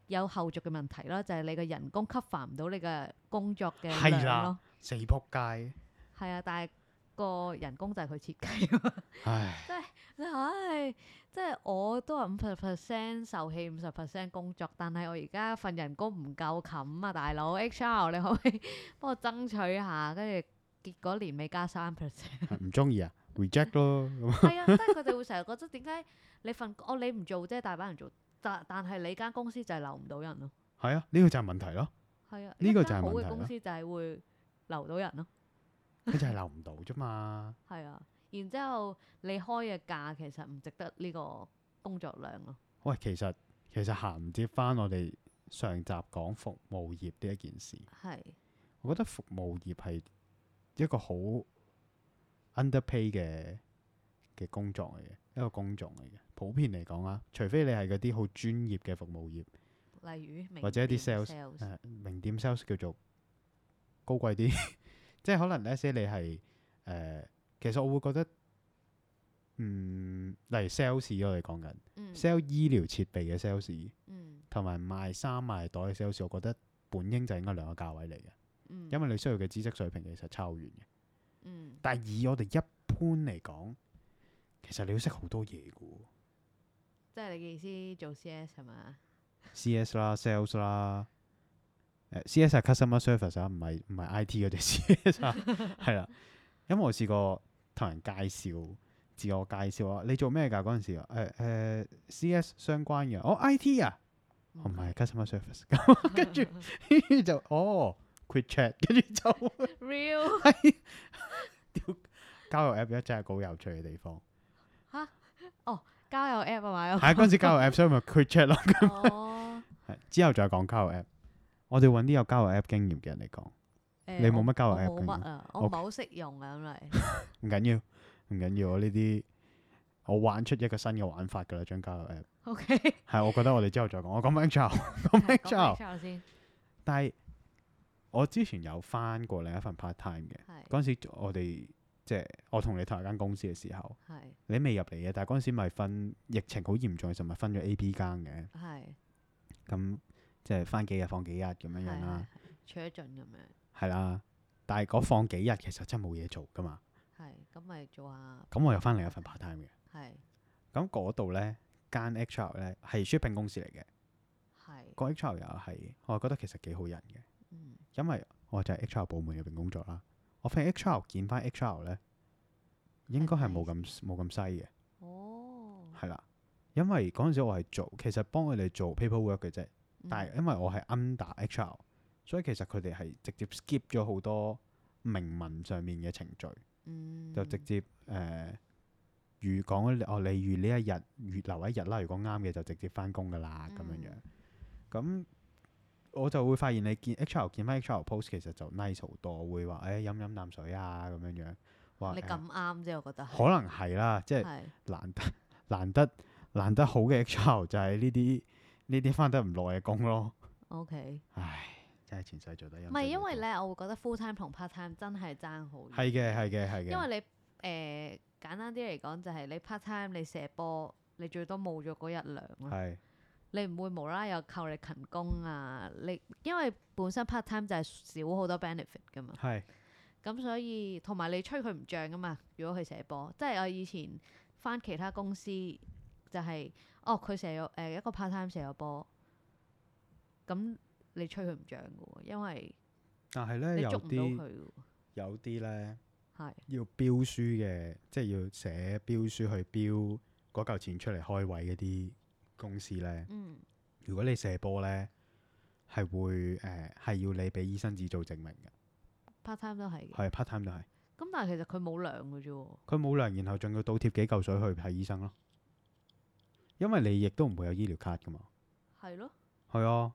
A: 有後續嘅問題啦，就係、你嘅人工 cover 唔到你嘅工作嘅
B: 係啦
A: 量咯。
B: 死仆街！
A: 係啊，但係個人工就係佢設計啊嘛。
B: 唉，
A: 唉，即係我都係五十 percent 受氣，五十 percent 工作，但係我而家份人工唔夠冚啊，大佬 HR 你可唔可以幫我爭取下？跟住結果年尾加三 percent，
B: 唔中意啊，reject 咯。咁
A: 係啊，即係佢哋會成日覺得點解你份工哦你唔做啫，大把人做，但但係你間公司就係留唔到人咯，
B: 係啊，呢個就係問題咯。
A: 係啊，
B: 呢個
A: 一
B: 就係
A: 間好
B: 問題
A: 嘅
B: 啦
A: 公司就係會留到人咯。
B: 佢就係留唔到啫嘛。
A: 係啊，然之後你開嘅價其實唔值得呢個工作量咯。
B: 喂，其實其實銜接翻我哋上集講服務業呢一件事，
A: 係，
B: 我覺得服務業係一個好 underpay 嘅嘅工作嚟嘅，一個工種嚟嘅。普遍嚟講啊，除非你係嗰啲好專業嘅服務業。
A: 例如
B: 或者一啲
A: 名
B: sales，
A: 店
B: 誒、名店呃 sales 叫做高貴啲， 即係可能呢些你係誒、呃其實我會覺得，嗯，例如 sales 我哋講緊、
A: 嗯
B: sell 醫療設備嘅 sales，
A: 嗯
B: 同埋賣衫賣袋嘅 sales，我覺得本應就應該兩個價位嚟嘅，
A: 嗯，
B: 因為你需要嘅知識水平其實差好遠嘅。
A: 嗯
B: 但係以我哋一般嚟講，其實你要識好多嘢嘅喎。
A: 即係你嘅意思做 CS 係嘛？
B: C.S. 啦、sales 啦、誒 CS 係 customer service 啊，唔係唔係 IT 嗰只 CS 啊，係啦。因為我試過同人介紹，自我介紹啊，你做咩㗎嗰陣時啊？誒、誒 CS 相關嘅，我、IT 啊，我唔係 customer service，咁跟住跟住就哦 quit chat，跟住就
A: real
B: 交友 app 一真係個好有趣嘅地方。
A: 交友 app 啊嘛，
B: 係啊嗰陣時交友 app，所以咪 quit chat 咯。
A: 哦，
B: 係之後再講交友 app，我哋揾啲有交友 app 經驗嘅人嚟講，
A: 誒
B: 你冇乜交友
A: 我
B: app
A: 冇
B: 經
A: 乜
B: 驗
A: 啊，我唔係
B: OK
A: 好識用啊，咁 嚟。
B: 唔緊要，唔緊要，我呢啲我玩出一個新嘅玩法㗎啦，將交友 app。
A: O K，講
B: 係，我覺得我哋之後再講。我講翻 HR，講 翻 HR。
A: HR 先，
B: 但係我之前有翻過另一份 part time 嘅，
A: 係
B: 嗰陣時我哋即係我同你同一間公司嘅時候，
A: 係
B: 你未入嚟嘅，但係嗰陣時咪分疫情好嚴重嘅時候，咪分咗 A、B 間嘅，
A: 係
B: 咁即係翻幾日放幾日咁樣
A: 係
B: 樣啦
A: 係，扯盡咁樣，
B: 係啦。但係嗰放幾日其實真係冇嘢做噶嘛，
A: 係咁咪做下
B: 咁我又翻另一份 part time 嘅，
A: 係
B: 咁嗰度咧間 HR 咧係 shipping 公司嚟嘅，
A: 係
B: 個 HR 又係我覺得其實幾好人嘅。
A: 嗯
B: 因為我就係 HR 部門入邊工作啦，我發現 HR 見翻 HR 咧，應該係冇咁冇咁西嘅，
A: 哦，
B: 係啦。因為嗰陣時我係做，其實幫佢哋做 paperwork 嘅啫，
A: 嗯
B: 但係因為我係 under HR，所以其實佢哋係直接 skip 咗好多明文上面嘅程序，
A: 嗯
B: 就直接誒、呃、預講哦，你預呢一日預留一日啦，如果啱嘅就直接翻工噶啦咁樣樣。
A: 嗯
B: 咁我就會發現你見 HR 見翻 HR post 其實就 nice 好多，會話誒、哎飲飲啖水啊咁樣樣，話
A: 你
B: 誒
A: 咁啱啫，我覺得係
B: 可能係啦，即係
A: 係
B: 難得難得難得好嘅 HR 就係呢啲呢啲翻得唔耐嘅工咯，
A: O K，
B: 唉，真係前世做得
A: 唔
B: 陰。
A: 係因為，咧，我會覺得 full time 同 part time 真係爭好遠。
B: 係嘅係嘅係嘅，
A: 因為你誒簡單啲嚟講，就係你 part time 你射波，你最多冇咗嗰日糧咯。
B: 係
A: 你唔會無啦啦又扣你勤工啊！你因為本身 part time 就係少好多 benefit 噶嘛，
B: 係
A: 咁所以同埋你吹佢唔漲噶嘛。如果佢射波，即係我以前翻其他公司就係、哦，佢射咗誒、一個 part time 射咗波，咁你吹佢唔漲噶喎，因為
B: 但係
A: 你
B: 咧有
A: 捉唔到佢
B: 啲
A: 㗎喎
B: 有啲咧
A: 係
B: 要標書嘅，即係要寫標書去標嗰嚿錢出嚟開位嗰啲公司咧。
A: 嗯
B: 如果你射波咧，係會誒呃係、要你俾醫生紙做證明嘅，
A: part time 都係嘅。
B: 係 part time 都係。
A: 咁但係其實佢冇糧嘅啫喎。
B: 佢冇糧，然後仲要倒貼幾嚿水去睇醫生咯。因為你亦都唔會有醫療卡噶嘛，
A: 係咯，
B: 係啊，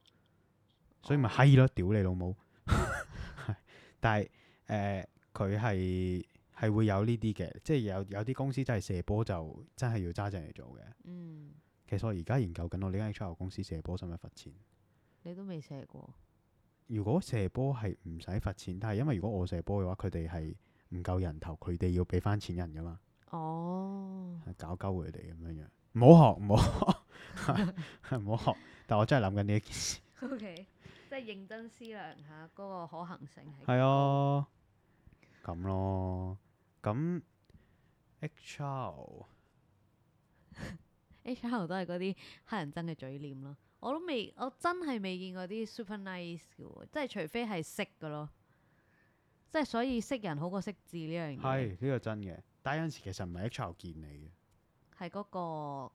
B: 所以咪
A: 哦
B: 閪咯，屌你老母！ 係但係誒，佢係係會有呢啲嘅，即係有有啲公司真係射波就真係要揸正嚟做嘅。
A: 嗯，
B: 其實我而家研究緊，我呢間 HR 公司射波使唔使罰錢？
A: 你都未射過，
B: 如果射波係唔使罰錢，但係因為如果我射波嘅話，佢哋係唔夠人頭，佢哋要俾翻錢人噶嘛，
A: 哦，
B: 係搞鳩佢哋咁樣樣。唔好學，唔好學， 唔好學。但我真係諗緊呢一件事。
A: O K，即係認真思量下嗰個可行性係。
B: 係啊，咁咯，咁 HR
A: h r 都係嗰啲黑人憎嘅嘴臉咯。我都未，我真係未見過啲 super nice 嘅喎，即係除非係識嘅咯。即係所以識人好過識字呢樣
B: 係
A: 嘢，
B: 呢個真嘅，但係有陣時其實唔係 HR 見你嘅，
A: 係嗰個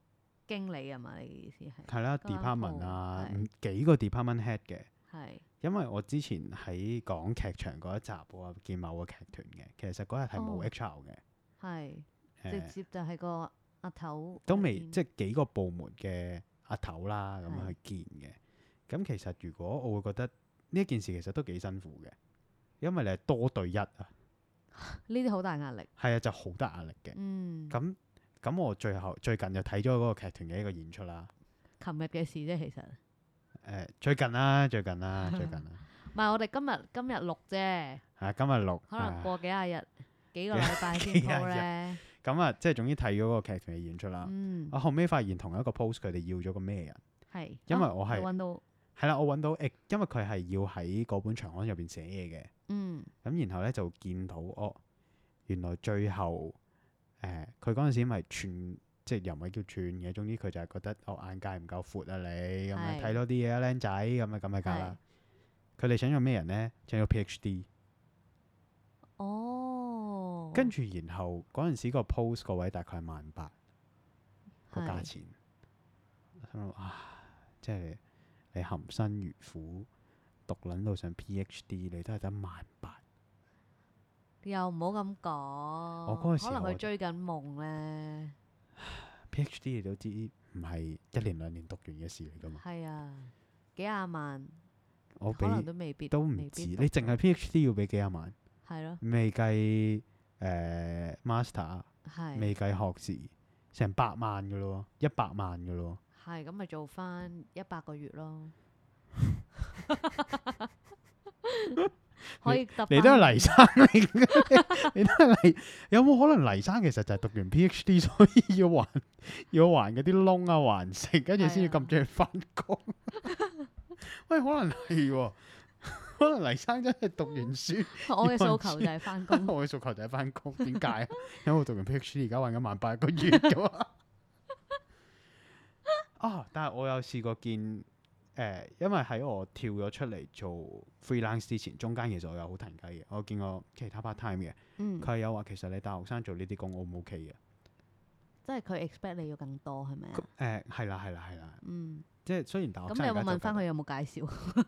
A: 經理啊嘛？你嘅意思係
B: 係啦
A: 個冷
B: ，department 啊，
A: 鋪
B: 唔幾個 department head 嘅。
A: 係
B: 因為我之前喺講劇場嗰一集，我有見某個劇團嘅，其實嗰日係
A: 哦
B: 冇 HR 嘅。
A: 係直
B: 誒
A: 接就係個額頭
B: 都
A: 入
B: 未
A: 邊
B: 即係幾個部門嘅阿頭啦，咁
A: 嗯
B: 樣去見嘅。咁其實如果我會覺得呢一件事其實都幾辛苦嘅，因為你係多對一啊，
A: 呢啲好大壓力。
B: 係啊，就好大壓力嘅。
A: 嗯，
B: 咁咁我最後最近就睇咗嗰個劇團嘅一個演出啦。
A: 琴日嘅事啫，其實。
B: 誒、最近啦，最近啦，最近 啦，
A: 唔係，我哋今日今日錄啫，
B: 啊今日錄
A: 可能
B: 啊
A: 過幾廿日、幾個
B: 幾
A: 禮拜先
B: 幾廿啊
A: 鋪咧。
B: 咁啊，即係總之睇咗嗰個劇團嘅演出啦。
A: 嗯，
B: 我後尾發現同一個 post 佢哋要咗個咩人？
A: 係。
B: 因為
A: 啊
B: 我係
A: 你揾到，
B: 係啦，我揾到誒，因為佢係要喺嗰本長刊入邊寫嘢嘅。
A: 嗯
B: 咁然後咧就見到哦，原來最後誒佢嗰陣時咪串，即係又唔係叫串嘅，總之佢就係覺得哦眼界唔夠闊啊你咁樣
A: 係
B: 睇多啲嘢啊僆仔咁啊咁啊㗎
A: 係
B: 啦。佢哋請咗咩人呢？請咗 PhD，
A: 哦，
B: 跟住然後嗰陣時個 post 個位大概係萬八個價
A: 係
B: 錢，我心諗啊，即係你含辛茹苦讀撚到上 PhD，你都係得萬八。
A: 又唔好咁講。
B: 嗰陣時
A: 可能
B: 我
A: 佢追緊夢咧，
B: PhD 你都知唔係一年兩年讀完嘅事嚟噶嘛？
A: 係啊，幾廿萬，
B: 我俾
A: 可能都未必
B: 都
A: 未
B: 唔止，
A: 必
B: 你
A: 讀
B: 淨係 PhD 要俾幾廿萬，
A: 係咯，
B: 未計誒、master，呃
A: 係
B: 未計學士，成百萬噶咯，一百萬噶咯。
A: 係咁咪做翻一百個月 咯。可以揼
B: 你都係
A: 返
B: 黎生嚟嘅，你都 係黎，有冇可能黎生其實就係讀完 PhD，所以要還要還嗰啲窿啊，還食，跟住先至
A: 係啊
B: 咁中意翻工？
A: 啊
B: 喂，可能係喎， 可能黎生真係讀完書。
A: 我嘅
B: 有人
A: 訴求就係翻工。
B: 我嘅訴求就係 翻工，點解啊？因為我讀完 PhD 而家揾緊萬八個月噶 嘛。啊！但係我有試過見誒、呃因為喺我跳咗出嚟做 freelance 之前，中間其實我有好騰雞嘅，我見過其他 part time 嘅，
A: 嗯，
B: 佢係有話其實你大學生做呢啲工 O 唔 OK 嘅？
A: 即係佢 expect 你要更多係咪啊？
B: 誒係啦係啦係啦，
A: 嗯，
B: 即哦係雖然大學
A: 咁
B: 生
A: 你有冇
B: 而家
A: 問
B: 就
A: 翻佢有冇介紹？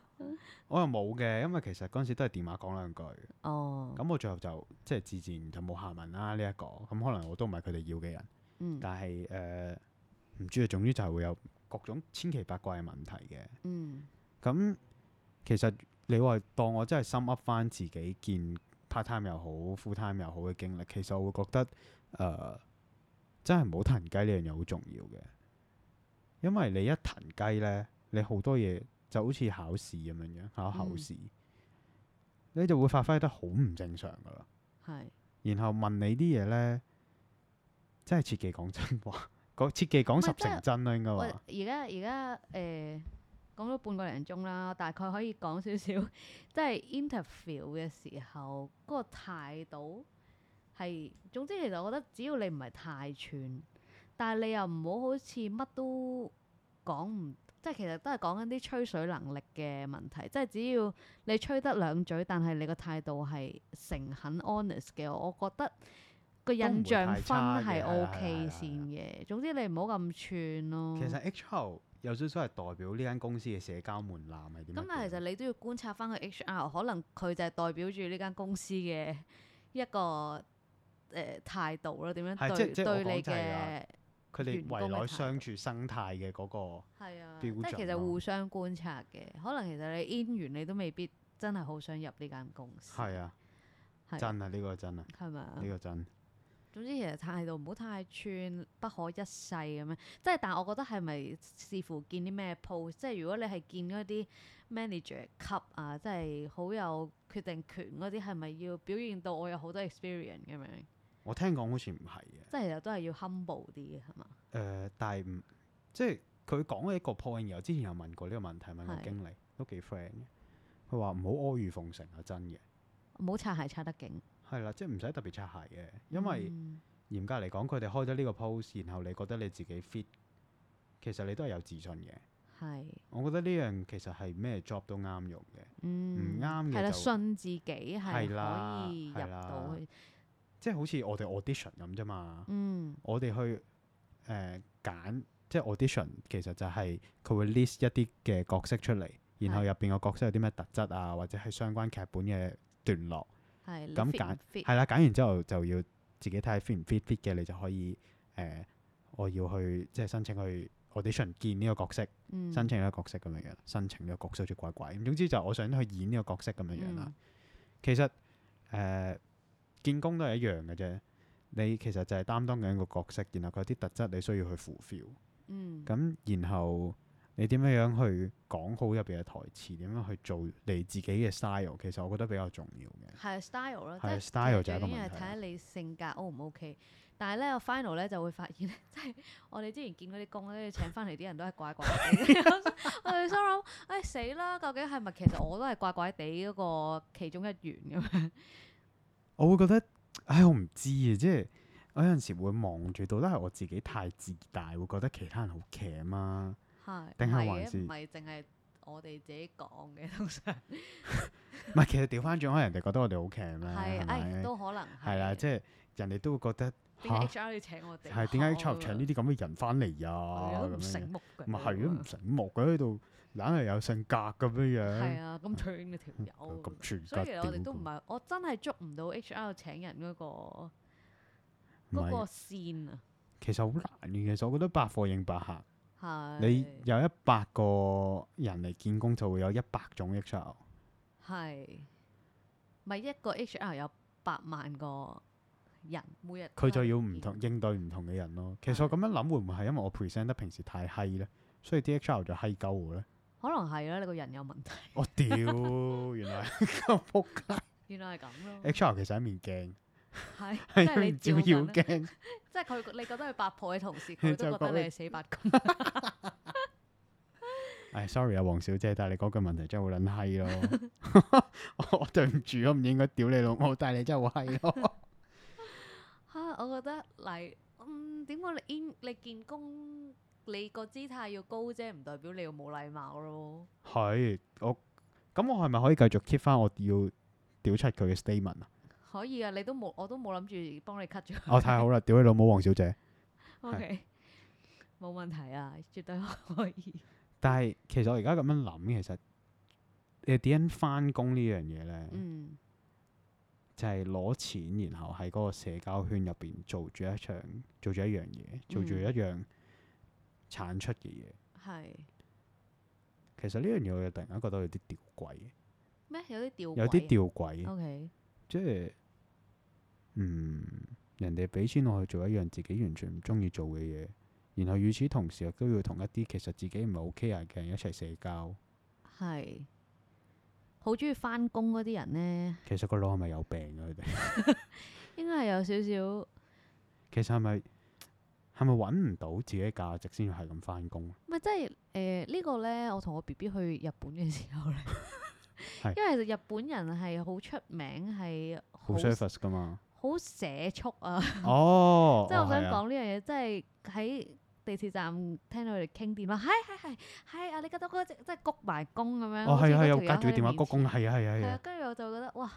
B: 我又冇嘅，因為其實嗰陣時都係電話講兩句，
A: 哦，
B: 咁我最後就即係自然就冇下文啦呢一個，咁可能我都唔係佢哋要嘅人。
A: 嗯
B: 但係誒唔知啊，總之就係會有各種千奇百怪嘅問題嘅。
A: 嗯
B: 咁其實你話當我真係深 up 翻自己見 part time 又好 full time 又好嘅經歷，其實我會覺得誒、呃真係唔好騰雞呢樣嘢好重要嘅，因為你一騰雞呢，你好多嘢就好似考試咁樣樣考口
A: 嗯
B: 試，你就會發揮得好唔正常噶啦。
A: 係
B: 然後問你啲嘢咧，真係切忌講真話， 講切忌講十成真啦，應該
A: 喂，
B: 話
A: 而家而家誒講咗半個零鐘啦，大概可以講少少， 即係 interview 嘅時候嗰、個態度係，總之其實我覺得只要你唔係太串，但係你又唔好好似乜都講唔，即係其實都係講緊啲吹水能力嘅問題，即係只要你吹得兩嘴，但係你個態度係誠懇 honest 嘅，我覺得。個印象分係
B: 都唔會太差嘅
A: OK
B: 係啦係啦係啦啊
A: 先嘅，總之你唔好咁串咯。
B: 其實 HR 有少少係代表呢間公司嘅社交門檻係點
A: 咁
B: 樣
A: 啊
B: 嘅？
A: 但係其實你都要觀察翻佢 HR，可能佢就係代表住呢間公司嘅一個誒、呃、態度咯，點
B: 係
A: 樣
B: 即
A: 對
B: 即我
A: 對
B: 講
A: 你
B: 就係啊話
A: 嘅
B: 佢哋
A: 員工嘅
B: 圍
A: 態
B: 內
A: 度
B: 相處生態嘅嗰個，
A: 係啊，即
B: 標
A: 係其
B: 準
A: 實
B: 咯
A: 互相觀察嘅。可能其實你 in 完你都未必真係好想入呢間公司，
B: 係啊，
A: 係
B: 真啊，呢個真啊，
A: 係咪啊
B: 呢？個真。
A: 總之其實態度唔好太串，不可一世咁樣。即係但係我覺得係咪視乎見啲咩 post？即係如果你係見嗰啲 manager 級啊，即係好有決定權嗰啲，係咪要表現到我有好多 experience 咁樣？
B: 我聽講好似唔係嘅，誒、
A: 即
B: 呃
A: 係其實都係要 humble 啲嘅係嘛？
B: 但係唔即係佢講嘅一個 point，然後之前有問過呢個問題，問個
A: 係
B: 經理都幾 friend 嘅，佢話唔好阿諛奉承啊，真嘅
A: 唔好擦鞋擦得勁，
B: 係啦，即係唔使特別擦鞋嘅，因為。
A: 嗯
B: 嚴格嚟講，佢哋開咗呢個 post，然後你覺得你自己 fit，其實你都係有自信嘅。
A: 係
B: 我覺得呢樣其實係咩 job 都啱用嘅，
A: 嗯
B: 唔啱嘅
A: 係啦，
B: 就
A: 信自己係
B: 係啦
A: 可以入
B: 係啦
A: 到去，
B: 即係好似我哋 audition 咁啫嘛。
A: 嗯
B: 我哋去誒揀、即係 audition 其實就係佢會 list 一啲嘅角色出嚟，然後
A: 係
B: 入邊個角色有啲咩特質啊，或者係相關劇本嘅段落。
A: 係你
B: 咁
A: fit 唔
B: 揀
A: fit
B: 係啦，揀完之後就要自己睇下 fit 唔 fit fit 嘅，你就可以誒、呃我要去即係申請去 audition 見呢個角色。
A: 嗯
B: 申請呢個角色咁樣樣，申請呢個角色好似怪怪咁。總之就我想去演呢個角色咁樣樣啦。
A: 嗯
B: 其實誒、呃、見工都係一樣嘅啫。你其實就係擔當緊一個角色，然後佢有啲特質你需要去 fulfill。
A: 嗯
B: 咁然後你點樣樣去講好入邊嘅台詞，點樣去做你自己嘅 style，其實我覺得比較重要嘅。
A: 係啊 style 啦，
B: 係
A: 即係
B: style
A: 其
B: 就係
A: 實
B: 一個
A: 最緊要
B: 問
A: 係
B: 題
A: 睇
B: 啦
A: 下你性格 O 唔 OK。但係咧，我 final 咧就會發現咧， 即係我哋之前見嗰啲工咧，請翻嚟啲人都係怪怪地。我哋心諗，唉死啦！究竟係咪其實我都係怪怪地嗰個其中一員咁樣？
B: 我會覺得，唉，我唔知啊，即係我有陣時會望住，到底係我自己太自大，會覺得其他人好騎啊。
A: 係
B: 定係
A: 唔
B: 還
A: 嘅
B: 是
A: 唔係淨係我哋自己講嘅，通常
B: 唔係其實調翻轉，可能人哋覺得我哋好 cam 啦，
A: 係，
B: 係
A: 誒
B: 咪？
A: 都可能
B: 係啦，即係人哋都會覺得
A: 點解
B: 嚇
A: HR 要請我哋？
B: 係點解
A: 嚇
B: HR 請呢啲咁嘅人翻嚟呀？
A: 咁樣都
B: 咁
A: 唔
B: 樣
A: 醒目嘅，
B: 唔係都唔醒目嘅喺度，硬係有性格咁
A: 係
B: 樣樣，
A: 啊，咁 train 嘅條友
B: 咁全
A: 所以其實我哋
B: 屌
A: 都唔
B: 咁
A: 係，我真係捉唔到 HR 請人嗰、個
B: 唔
A: 嗰個
B: 係，
A: 線啊
B: 其實好難嘅。其實我覺得百貨應百客，，
A: 啊係
B: 你有一百個人嚟見工，就會有一百種啊 HR。
A: 係咪一個 HR 有百萬個人每日
B: 佢
A: 都
B: 就
A: 係
B: 要
A: 見
B: 唔同應對唔同嘅人咯。其實我
A: 係
B: 咁樣諗會唔會係因為我 present 得平時太閪咧，所以啲 HR 就閪鳩我咧？
A: 可能係啦，你個人有問 題，
B: 我屌，原 來係咁仆街。
A: 原來係咁咯，
B: HR 其實係一面鏡，
A: 係 即係
B: 係
A: 你
B: 唔
A: 照
B: 照妖
A: 鏡，
B: 鏡。啊
A: 即係佢你覺得佢八婆嘅同事，佢
B: 就
A: 都覺
B: 覺
A: 得
B: 得
A: 你係死八公，
B: 唉 s o r r y 啊，黃小姐，但係你嗰句問題真係好撚閪咯。 我我對唔住，我唔應該屌你老母，但係你真係好閪咯。
A: 嚇、我覺得嚟嗯點解你 in 你見工你個姿態要高啫，唔代表你要冇禮貌咯。
B: 係我咁，我係咪可以繼續 keep 翻我要屌出佢嘅 statement 啊？
A: 可以啊，你都冇，我都冇諗住幫你 cut 咗。
B: 我太好啦，屌你老母，黃小姐。
A: O K，冇問題啊，絕對可以。
B: 但係其實我而家咁樣諗，其實誒點樣翻工呢樣嘢咧，
A: 嗯，
B: 就係攞錢，然後喺嗰個社交圈入邊做住一場，做住一樣嘢，做住
A: 嗯
B: 一樣產出嘅嘢。
A: 係
B: 其實呢樣嘢我又突然間覺得有啲吊詭，啊哦
A: 咩？有啲吊啊
B: 有啲吊詭，
A: O K，
B: 即係嗯人哋俾錢我去做一樣自己完全唔中意做嘅嘢，然後與此同時亦都要同一啲其實自己唔係好 care 嘅人一齊社交。
A: 係好中意翻工嗰啲人咧，
B: 其實個腦係咪有病啊？佢哋？
A: 應該係有少少，
B: 其實係咪係咪揾唔到自己嘅價值先要係咁翻工？
A: 咪即係誒呢個咧。我同我 B B 去日本嘅時候咧
B: 係，
A: 因為其實日本人係好出名，係
B: 好啊 service 噶嘛？
A: 好社畜啊。
B: 哦，
A: 即係我想，
B: 哦係啊
A: 講呢樣嘢，即係喺地鐵站聽到佢哋傾電話，係係係係啊！你覺得嗰隻即係谷埋弓咁樣，
B: 哦
A: 好似
B: 係啊
A: 嗰
B: 係啊，
A: 條
B: 有
A: 友
B: 隔住
A: 喺你
B: 電話
A: 面
B: 鞠
A: 前
B: 躬，係啊係啊係
A: 係啊
B: 啊，
A: 跟住我就覺得哇，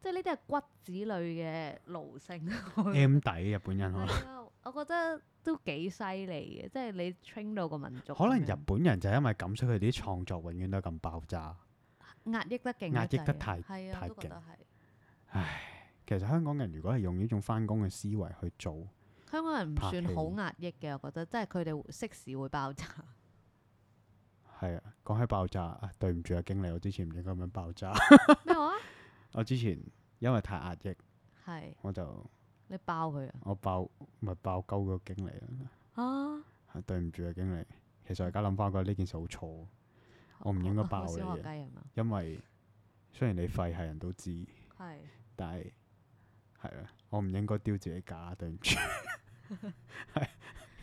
A: 即係呢啲係骨子裏嘅奴性。
B: ，M 底日本人可能
A: 係啊，我覺得都幾犀利嘅，即係你 train 到個民族咁樣，
B: 可能日本人就係因為咁，所以佢哋啲創作永遠都係咁爆炸。
A: 壓抑得勁，
B: 壓抑得太
A: 係啊，
B: 太
A: 都覺得
B: 勁
A: 係
B: 其實香港人如果係用呢種翻工嘅思維去做，
A: 香港人唔
B: 拍戲
A: 算好壓抑嘅，我覺得，即係佢哋會適時會爆炸。
B: 係啊，講起爆炸啊，對唔住啊，經理，我之前唔應該咁樣爆 炸。
A: 咩話？
B: 我之前因為太壓抑，
A: 係
B: 我就
A: 你爆佢啊！
B: 我爆咪爆鳩個經理啊。
A: 啊！
B: 係對唔住啊，經理。其實我而家諗翻，覺得呢件事好錯，我唔應
A: 哦
B: 該爆你
A: 啊小學雞
B: 嘅，
A: 係嘛？
B: 因為雖然你廢係人都知，
A: 係
B: 但係係啊，我唔應該丟自己架，對唔住。 係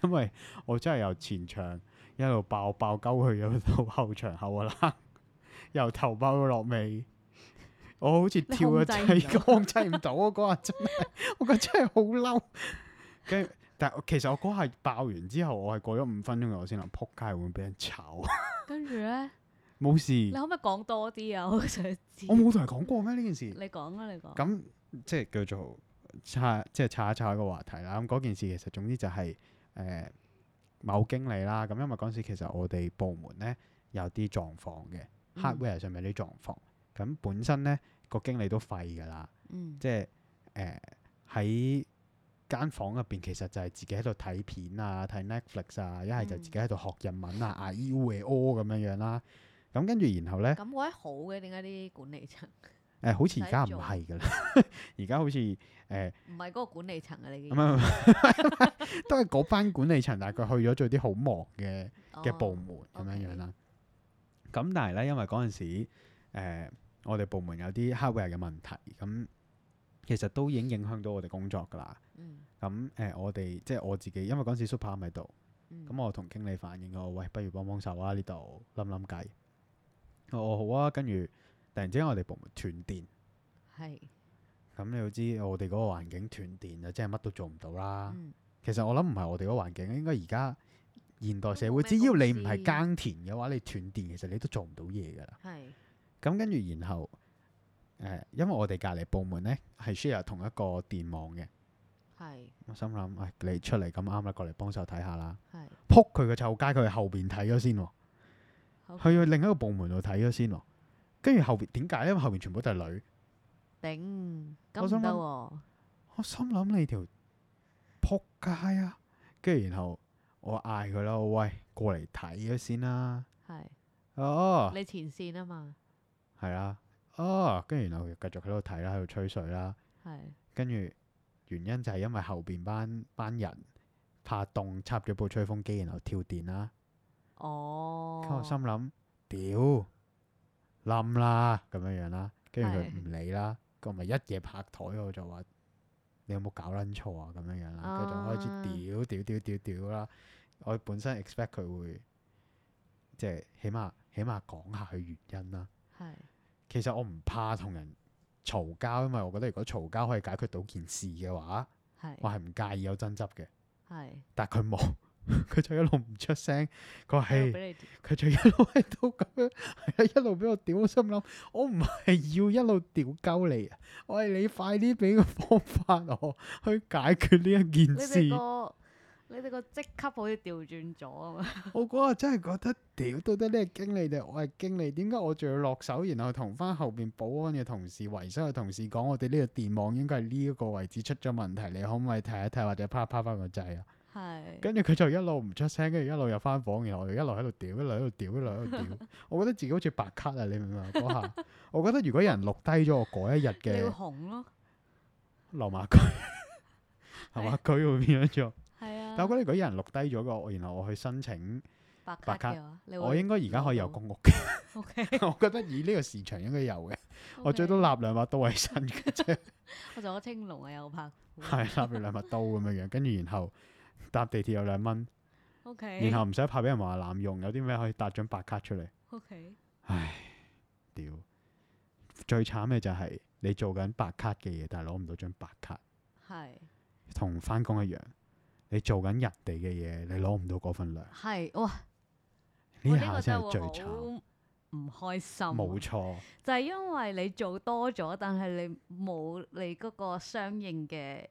B: 因為我真係由前場一路爆爆鳩去咗到後場後啦，由頭爆到落尾。我好似跳咗掣
A: 你控制唔到，
B: 控制唔到啊！嗰下真係，我覺得真係好嬲。跟住，但係其實我嗰下爆完之後，我係過咗五分鐘我先諗，撲街會唔會俾人炒？啊
A: 跟住咧，
B: 冇
A: 你
B: 事，
A: 可唔可以講多啲啊？我 好想知。
B: 嗯我冇同人講過咩呢件事。
A: 你講啊啦，你講。
B: 咁即係叫做岔，即係岔一岔一個話題啦。咁嗰件事其實總之就係、呃某經理啦。咁因為嗰陣時其實我哋部門咧有啲狀況嘅、
A: 嗯
B: hardware 上面有啲狀況。咁本身咧個經理都廢㗎啦，
A: 嗯
B: 即係誒喺間房入邊其實就係自己喺度睇片啊、睇 Netflix 啊，一係就
A: 嗯
B: 自己喺度學日文啊、啊 e u a o 咁樣樣啦。咁跟住然後咧。
A: 咁嗰啲好嘅，點解啲管理層
B: 誒、好似而家
A: 使
B: 唔
A: 做
B: 係㗎啦， 而家好似誒
A: 唔係嗰個管理層啊？你
B: 唔係唔係，都係嗰班管理層，但係佢去咗做啲好忙嘅
A: 哦
B: 嘅部門咁樣樣啦。咁但係咧，因為嗰陣時誒、呃我哋部門有啲 hardware 嘅問題，咁其實都已經影響到我哋工作㗎啦。
A: 嗯
B: 咁誒、呃我哋即係我自己，因為嗰陣時 super 喺度，
A: 嗯
B: 咁我同經理反映我喂，不如幫幫手啊！呢度諗諗計。我我好啊，跟住突然之間我哋部門斷電。
A: 係
B: 咁你要知我哋嗰個啊環境斷電就真係乜都做唔到啦。
A: 嗯
B: 其實我諗唔係我哋嗰個環境，應該而家現代社
A: 都
B: 會，
A: 冇咩
B: 只要你唔
A: 公司
B: 係耕田嘅話，你斷電其實你都做唔到嘢㗎啦。
A: 係
B: 咁跟住然後誒、呃因為我哋隔離部門呢係 share 同一個電網嘅，
A: 係
B: 我心諗，唉、你出嚟咁啱啦，過嚟幫手睇下啦。
A: 係
B: 撲佢個臭街，佢去後邊睇咗先喎，
A: 好
B: 去去另一個部門度睇咗先喎。跟住後邊點解？因為後邊全部都係女。
A: 頂，
B: 我
A: 咁
B: 想
A: 唔得
B: 問
A: 喎，
B: 我心諗你條撲街啊！跟住然後我嗌佢啦，我喂過嚟睇咗先啦。
A: 係
B: 哦，
A: 你前線啊嘛，
B: 係啦，哦，跟住然後佢繼續喺度睇啦，喺度吹水啦。
A: 係
B: 跟住原因就係因為後邊班班人怕凍，插咗部吹風機，然後跳電啦。
A: 哦
B: 跟住，我心諗，屌冧啦咁樣樣啦，跟住佢
A: 係
B: 唔理啦，咁咪一夜拍台我就話你有冇搞撚錯啊咁樣樣啦，跟住就開
A: 啊
B: 始屌屌屌屌屌啦，我本身 expect 佢會即係起碼起碼講下佢原因啦。
A: 係
B: 其實我唔怕同人嘈交，因為我覺得如果嘈交可以解決到件事嘅話，我
A: 係
B: 係唔介意有爭執嘅。
A: 係，
B: 但係佢冇， 佢就一路唔出聲，佢話
A: 喺
B: 係
A: 度。俾你
B: 佢就一路喺度咁樣，係啊，一路俾我屌，我心諗我唔係要一路屌鳩你啊，我係你快啲俾個方法我去解決呢一件
A: 你哋
B: 事。
A: 個你哋個職級好似調轉咗啊嘛，
B: 我嗰日真係覺得屌，到底你係經理定我係經理？點解我仲要落手，然後同翻後邊保安嘅同事、維修嘅同事講，我哋呢個電網應該係呢一個位置出咗問題，你可唔可以睇一睇或者啪啪翻個掣啊？
A: 係
B: 跟住佢就一路唔出聲，跟住一路入翻房，然後我就一路喺度屌，一路喺度屌，一路喺度屌。我覺得自己好似白卡啊！你明唔明啊？嗰下，我覺得如果有人錄低咗我嗰一日
A: 你會
B: 嘅
A: 紅咯，
B: 流馬區， 流馬區會變咗做。
A: 係啊，
B: 但我覺得如果有人錄低咗個，然後我去申請，
A: 白
B: 白卡
A: 嘅話，你
B: 我
A: 會
B: 應該而家可以有
A: 攞到
B: 公屋嘅。
A: OK，
B: 我覺得以呢個市場應該有嘅。我最
A: OK
B: 多立兩把刀喺身嘅啫，
A: 我做咗青龍啊，有拍股
B: 係立住兩把刀咁樣樣，跟住然後搭地鐵有兩蚊，
A: O K，
B: 然後唔使怕俾人話濫用，有啲咩可以搭張白卡出嚟。
A: O K，
B: 唉，屌！最慘嘅就係你做緊白卡嘅嘢，但係攞唔到張白卡，
A: 係
B: 同翻工一樣。你做緊人哋嘅嘢，你攞唔到嗰份糧，
A: 係哇，我
B: 呢
A: 呢
B: 下
A: 個
B: 先
A: 真
B: 係
A: 係
B: 最
A: 會好
B: 慘。
A: 唔開心啊，
B: 冇錯，
A: 就係因為你做多咗，但係你冇你嗰個相應嘅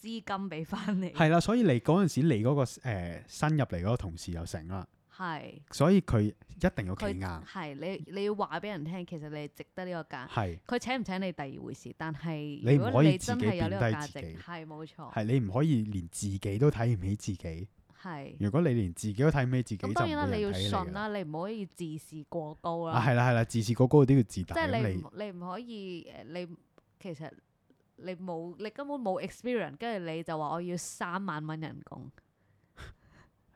A: 資金俾翻你，
B: 係啦，所以你嗰陣時，你嗰、個呃新入嚟嗰個同事又成啦，
A: 係
B: 所以佢一定要企
A: 佢
B: 硬，
A: 係你你要話俾人聽，其實你值得呢個價。
B: 係
A: 佢請唔請你第二回事，但係
B: 你唔
A: 如果
B: 可以
A: 你真
B: 自己
A: 係有呢個
B: 貶低
A: 價值
B: 自己，
A: 係冇錯，
B: 係你唔可以連自己都睇唔起自己。
A: 係。
B: 如果你連自己都睇唔起自己，就
A: 咁
B: 唔
A: 當
B: 會
A: 然啦，你要
B: 人睇你
A: 信
B: 㗎啦。
A: 啦，你唔可以自視過高啦。
B: 啊，係啦係啦，自視過高嗰啲叫自
A: 即
B: 大。
A: 係
B: 咁
A: 你
B: 你
A: 唔你唔可以誒，你其實你冇你根本冇 experience，跟住你就話我要三萬蚊人工，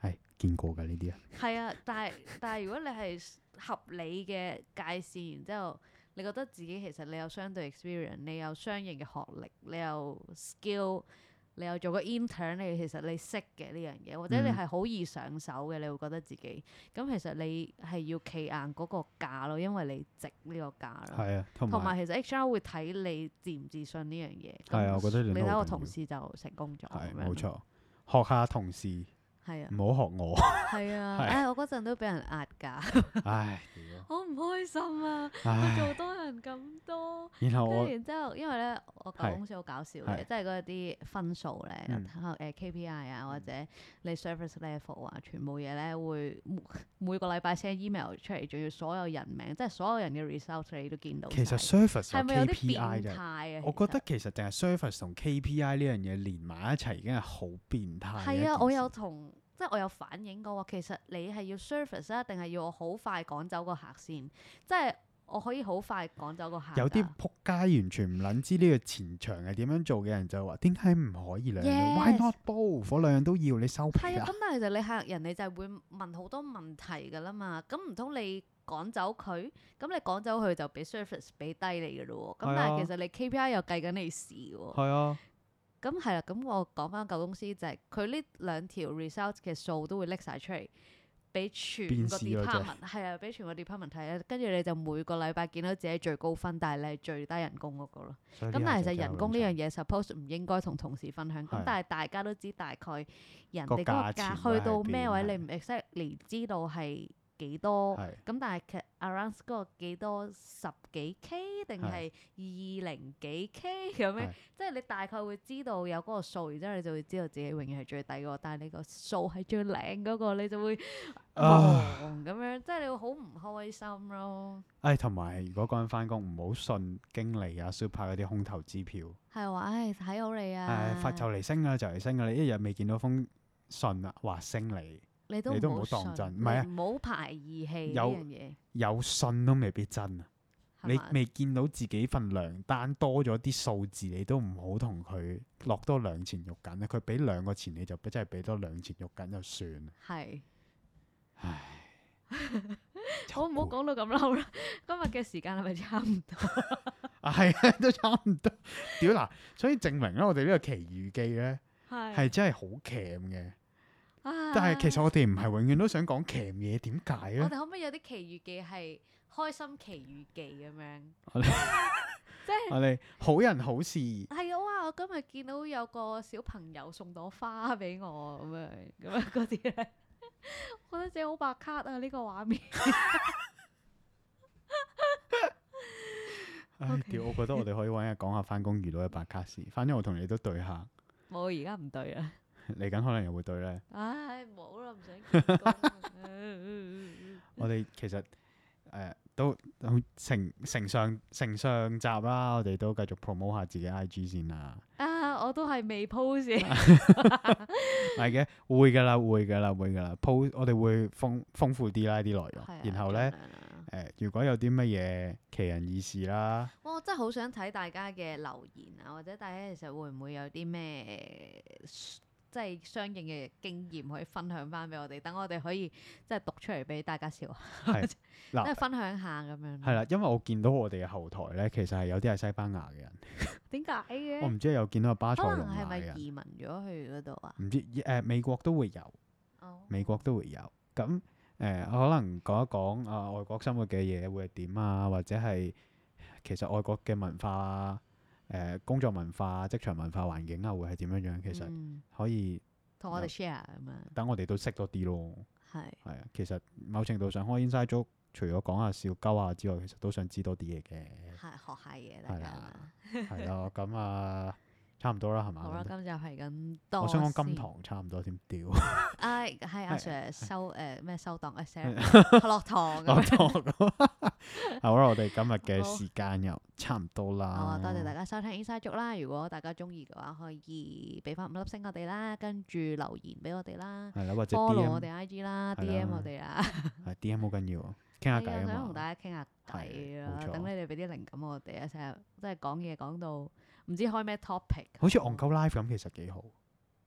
B: 係見過㗎呢啲啊。
A: 係啊，但係但係如果你係合理嘅界線，然之後你覺得自己其實你有相對 experience，你有相應嘅學歷，你有 skill。你有做過 intern，你其實你識嘅呢樣嘢，或者你
B: 嗯
A: 係好易上手嘅，你會覺得自己咁其實你係要企硬嗰個價咯，因為你值呢個價咯。
B: 係啊，
A: 嗯
B: 同
A: 同
B: 埋
A: 埋其實 HR 會睇你自唔自信呢樣嘢。
B: 係
A: 咁
B: 啊我覺得呢樣
A: 你
B: 都
A: 睇
B: 好
A: 我
B: 緊
A: 同
B: 要
A: 事就成功咗，
B: 係
A: 咁樣
B: 冇錯，學下同事，
A: 係啊，
B: 唔好學我。
A: 係啊，
B: 係
A: 唉，我嗰陣都俾人壓價，
B: 唉，
A: 好唔開心啊！
B: 屌
A: 我
B: 唉，
A: 做多人咁多，
B: 然後
A: 跟住
B: 我
A: 然之後，因為咧我
B: 係
A: 舊公司好搞笑嘅，
B: 係
A: 即係嗰啲分數咧，
B: 嗯
A: 誒 KPI 啊，或者你 service level 啊，全部嘢咧會每每個禮拜 send email 出嚟，仲要所有人名，即係所有人嘅 result 你都見到晒。
B: 其實 service
A: 係
B: 有
A: 咪有啲
B: KPI
A: 變態
B: 啫。
A: 啊？
B: 我
A: 其
B: 覺
A: 實
B: 得其實淨係 service 同 KPI 呢樣嘢連埋一齊已經係好變態嘅一件事。
A: 係啊，我有同即係我有反映過話，其實你係要 service 啊，定係要我好快趕走個客先？即係我可以好快趕走個客㗎。
B: 有啲仆街完全唔撚知呢個前場係點樣做嘅人就話：點解唔可以兩樣
A: Yes
B: ？Why not both？嗰兩樣都要，你收皮
A: 係啊，
B: 啊！
A: 咁但係其實你客人你就係會問好多問題㗎啦嘛。咁唔通你趕走佢？咁你趕走佢就俾 service 俾低你㗎咯喎。
B: 係
A: 咁
B: 啊
A: 但係其實你 KPI 又計緊你事喎。
B: 係啊，
A: 咁係啦，咁我講翻舊公司就係佢呢兩條 result 嘅數都會拎晒出嚟。俾全
B: 變
A: 個
B: 屎嗰隻
A: department 係啊，俾全個 department 睇咧，跟住你就每個禮拜見到自己最高分，但係你係最低人工嗰個咯。
B: 所以
A: 咁
B: 呢
A: 但係
B: 下
A: 其實
B: 就真係
A: 人
B: 好
A: 工呢
B: 撚
A: 樣嘢
B: 慘
A: ，suppose 唔應該同同事分享。咁
B: 係
A: 但係大家都知大概人
B: 個
A: 哋嗰個
B: 價錢
A: 價
B: 會
A: 去到
B: 係點
A: 咩
B: 係
A: 位，你唔 exactly 知道係幾多。
B: 係
A: 咁但係其實 around 嗰個幾多十幾 K 定係
B: 係
A: 二零幾 K 咁樣
B: 係，
A: 即係你大概會知道有嗰個數，然之後你就會知道自己永遠係最低嗰個，但係你個數係最靚嗰個，你就會
B: 啊
A: 忙咁樣，即係你會好唔開心咯。
B: 唉，同埋如果嗰人翻工，唔好信經理啊、super 嗰啲空頭支票。
A: 係話唉睇好你
B: 唉，
A: 啊，
B: 發就嚟升啦，就嚟升啦！啊你一日未見到封信啦，話升你
A: 你都
B: 你都
A: 唔
B: 唔
A: 好
B: 好
A: 信
B: 當真唔係啊
A: 你唔好排義氣呢
B: 有
A: 樣嘢。
B: 有信都未必真啊！
A: 係
B: 你
A: 嘛
B: 未見到自己份糧單多咗啲數字，你都唔好同佢落多兩錢肉緊啦。佢俾兩個錢，你就真係俾多兩錢肉緊就算啦。
A: 係。
B: 唉，
A: 好唔好講到咁嬲啦？ 今日嘅時間係咪差唔多？
B: 啊係啊，都差唔多。屌嗱，所以證明咧，我哋呢個奇遇記咧係
A: 係。
B: 真係好 cam 嘅。但
A: 但
B: 係其實我哋唔係永遠都想講 cam 嘢，點解
A: 我
B: 咧？
A: 哋可唔可以有啲奇遇記係開心奇遇記咁樣？
B: 我哋
A: 即係
B: 我哋好人好事。
A: 係啊！哇！我今日見到有個小朋友送朵花俾我咁樣咁樣嗰啲咧， 我覺得自己好白卡啊！呢個畫面
B: 唉，屌！我覺得我哋可以揾日講下翻工遇到嘅白卡事。反正我同你都對下，
A: 冇而家唔對
B: 啊
A: 啦，
B: 嚟緊可能又會對呢。
A: 唉冇啦，唔想見 嗯工
B: 我哋其實誒、呃都都成成上成上集啦，我哋都繼續 promote 下自己 IG 先啦。
A: 啊！我都係未 post 嘅，
B: 啊係嘅，會㗎啦，會㗎啦，會㗎啦。po 我哋會豐豐富啲啦啲內容
A: 係啊，
B: 然後呢，
A: 盡量啦
B: 誒、如果有啲乜嘢奇人異事啦，
A: 哇我真係好想睇大家嘅留言啊，或者大家其實會唔會有啲咩即係相應嘅經驗可以分享翻俾我哋，等我哋可以即係讀出嚟俾大家笑下，
B: 係
A: 即係
B: 嗱
A: 分享下咁樣。
B: 啊係啦，因為我見到我哋嘅後台呢，其實係有啲係西班牙嘅人，
A: 點解嘅？
B: 我唔知啊有見到有巴塞
A: 哎可
B: 隆
A: 能係
B: 拿
A: 咪
B: 嘅人，
A: 移民咗去嗰度啊？
B: 唔知誒、呃美國都會有。
A: 哦
B: 美國都會有。咁誒、呃可能講一講啊、外國生活嘅嘢會係點啊，或者係其實外國嘅文化啊、誒、工作文化啊、職場文化環境啊，會係點樣樣？其實
A: 嗯
B: 可以
A: 同我哋
B: 有
A: share 咁樣
B: 等我哋都識多啲咯。
A: 係
B: 係啊，其實某程度上開 inside joke，除咗講下笑鳩啊之外，其實都想知多啲嘢嘅，
A: 係學下嘢大
B: 係
A: 家
B: 啦
A: 嘛。
B: 係咯。咁啊，差唔多啦，係
A: 好啦，
B: 嘛？
A: 今集係咁多。
B: 我想講金，堂差唔多添， 屌
A: 唉，係阿
B: 係
A: Sir 收誒咩收檔誒 Sarah 落堂咁
B: 落
A: 樣。
B: 堂。 好啦，我哋今日嘅
A: 好
B: 時間又差唔多啦。
A: 好啊，多謝大家收聽 Inside 足啦！如果大家中意嘅話，可以俾翻五粒星我哋啦，跟住留言俾我哋啦
B: 係啦，或者
A: ，follow 我
B: D
A: 哋啊 IG 啦
B: 係
A: ，DM
B: 啦
A: 我哋啦，
B: M 係 D M 好緊要，傾下
A: 係啊
B: 偈
A: 想
B: 啊
A: 同
B: 嘛。
A: 大家傾下偈
B: 係冇
A: 啦，
B: 錯
A: 等你哋俾啲靈感我哋啊，成日即係講嘢講到唔知開咩 topic，啊
B: 好似戇鳩 live 咁，其實幾好，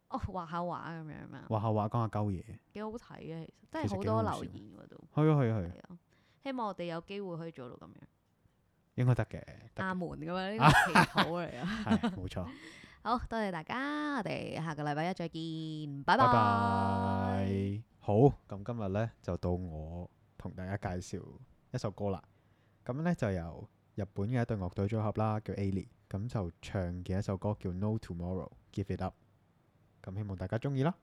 A: 哦畫下畫咁樣嘛，
B: 畫下畫講下鳩嘢，
A: 幾好睇嘅，其實真係
B: 其實
A: 好
B: 幾
A: 多
B: 好
A: 留
B: 笑
A: 言嗰度，
B: 去啊去啊去啊，
A: 係啊，希望我哋有機會可以做到咁樣，
B: 應該得嘅，得嘅
A: 阿門咁樣呢 個祈禱嚟啊！
B: 係冇 錯，
A: 好多謝大家，我哋下個禮拜一再見，拜
B: 拜
A: 拜。
B: 拜。好，咁今日咧就到我同大家介紹一首歌啦。咁咧就由日本嘅一對樂隊組合啦，叫 Ali，咁就唱嘅一首歌叫 No Tomorrow Give It Up。咁希望大家中意啦。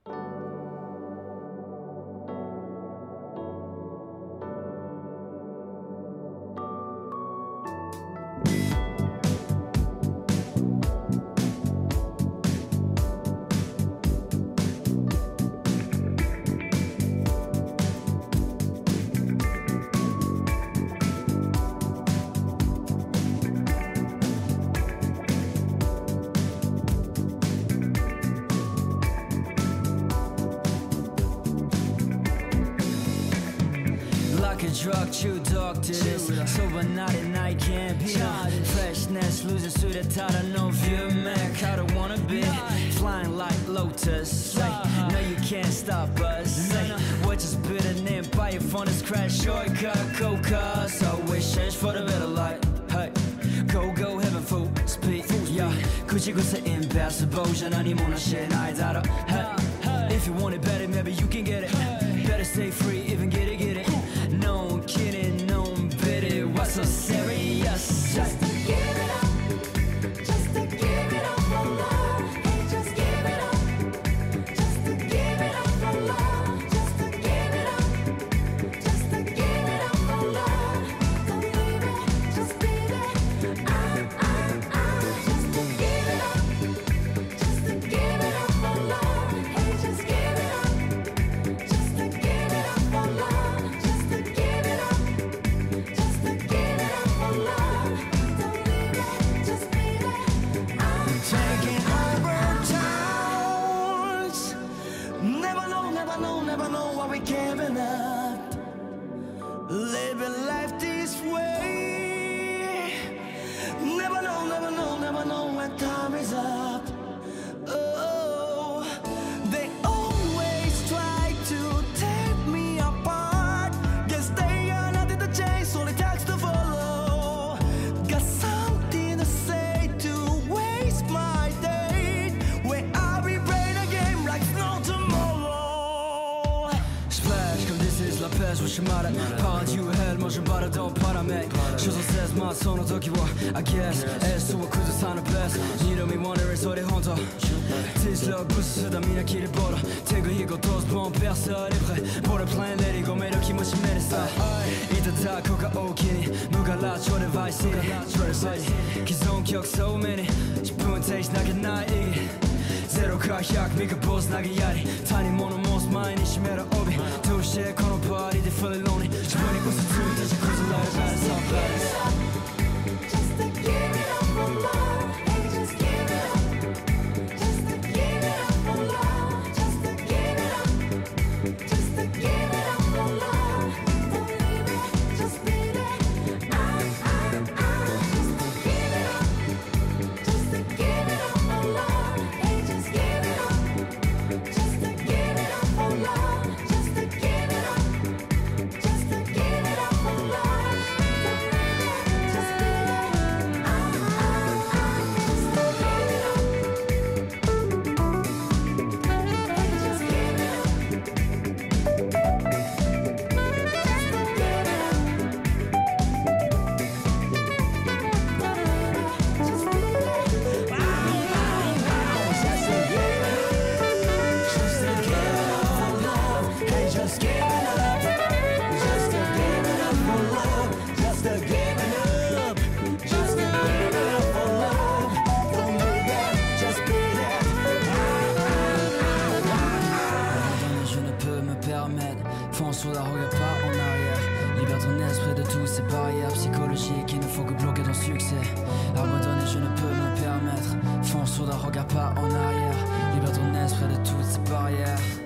C: Like a drug, too dark to this Sober not at night, can't be on Freshness, losing suit at Tata, no view, man Caught a wanna be Flying like lotus Say, No, you can't stop us Say, We're just bitter an empire Phone is crash, shortcut, coca So we change for the better life, hey Go, go, heaven, full speed, yeah 口癖 impossible, じゃ何もなし得ないだろ Hey, if you want it better, maybe you can get it Better stay free, even get it, get it. No kidding, no pity. What's so serious?
D: Just to give it up, just to give it up for love. Hey, just give it up, just to give it up for love. Just to give it up, just to give it up for love. Don't leave it, just leave it. Ah ah ah, just to give it up, just to give it up for love. Hey, just give it up, just to give it up for love. Just to give it up. Just to give it up for love, don't leave it, just leave it. I'm
C: taking over towns. Never know, never know, never know what we're giving up. Living life this way. Never know, never know, never know when time is up. Oh, they always try to take me apart. Guess they are not in the chase, only tax to follow. Got something to say to waste my day. Where I'll be playing a game like no tomorrow. Splash, comme this is la pêche, what you matter. Part you hell, moi je bada, don't para me. Chose says, my son, no toki wa, I guess. S to a kuzu sign of best. Need me wondering, so they honto. This love, boost, so that mean I kill it, bora. Take a hit, go toast, bomb, persa, libre. Border plan, let it go, made a kimochi, made it, stop. いたたこが大きに無がラチョでバイシートレサイ既存曲 so many 自分停止だけないゼロか100ミカボス投げやり他人物申す前に締める帯どうしてこのパーティーでフルローに自分に嘘ついて自己づらいバイサンバイ
D: Just to give it up for love, hey, just give it up. Just to give it up for love, just to give it up, just to give it up for love. Don't leave it, just leave it. Ah ah ah, just to give it up, just to give it up for love, hey, just give it up. Just to give it up for love, just to give it up. Just to give it up for love, just be it. Ah ah ah, just to give it up. Just give it up. Just to give it up. Just be it.
C: Just giving up, just a giving up for love, just a giving up, just a giving up for love. Don't do that, just be Ah, that. Je ne peux me permettre, fonce sur la regarde pas en arrière. Libère ton esprit de toutes ces barrières psychologiques qui ne font que bloquer ton succès. Abandonner, je ne peux me permettre, fonce sur la regarde pas en arrière. Libère ton esprit de toutes ces barrières.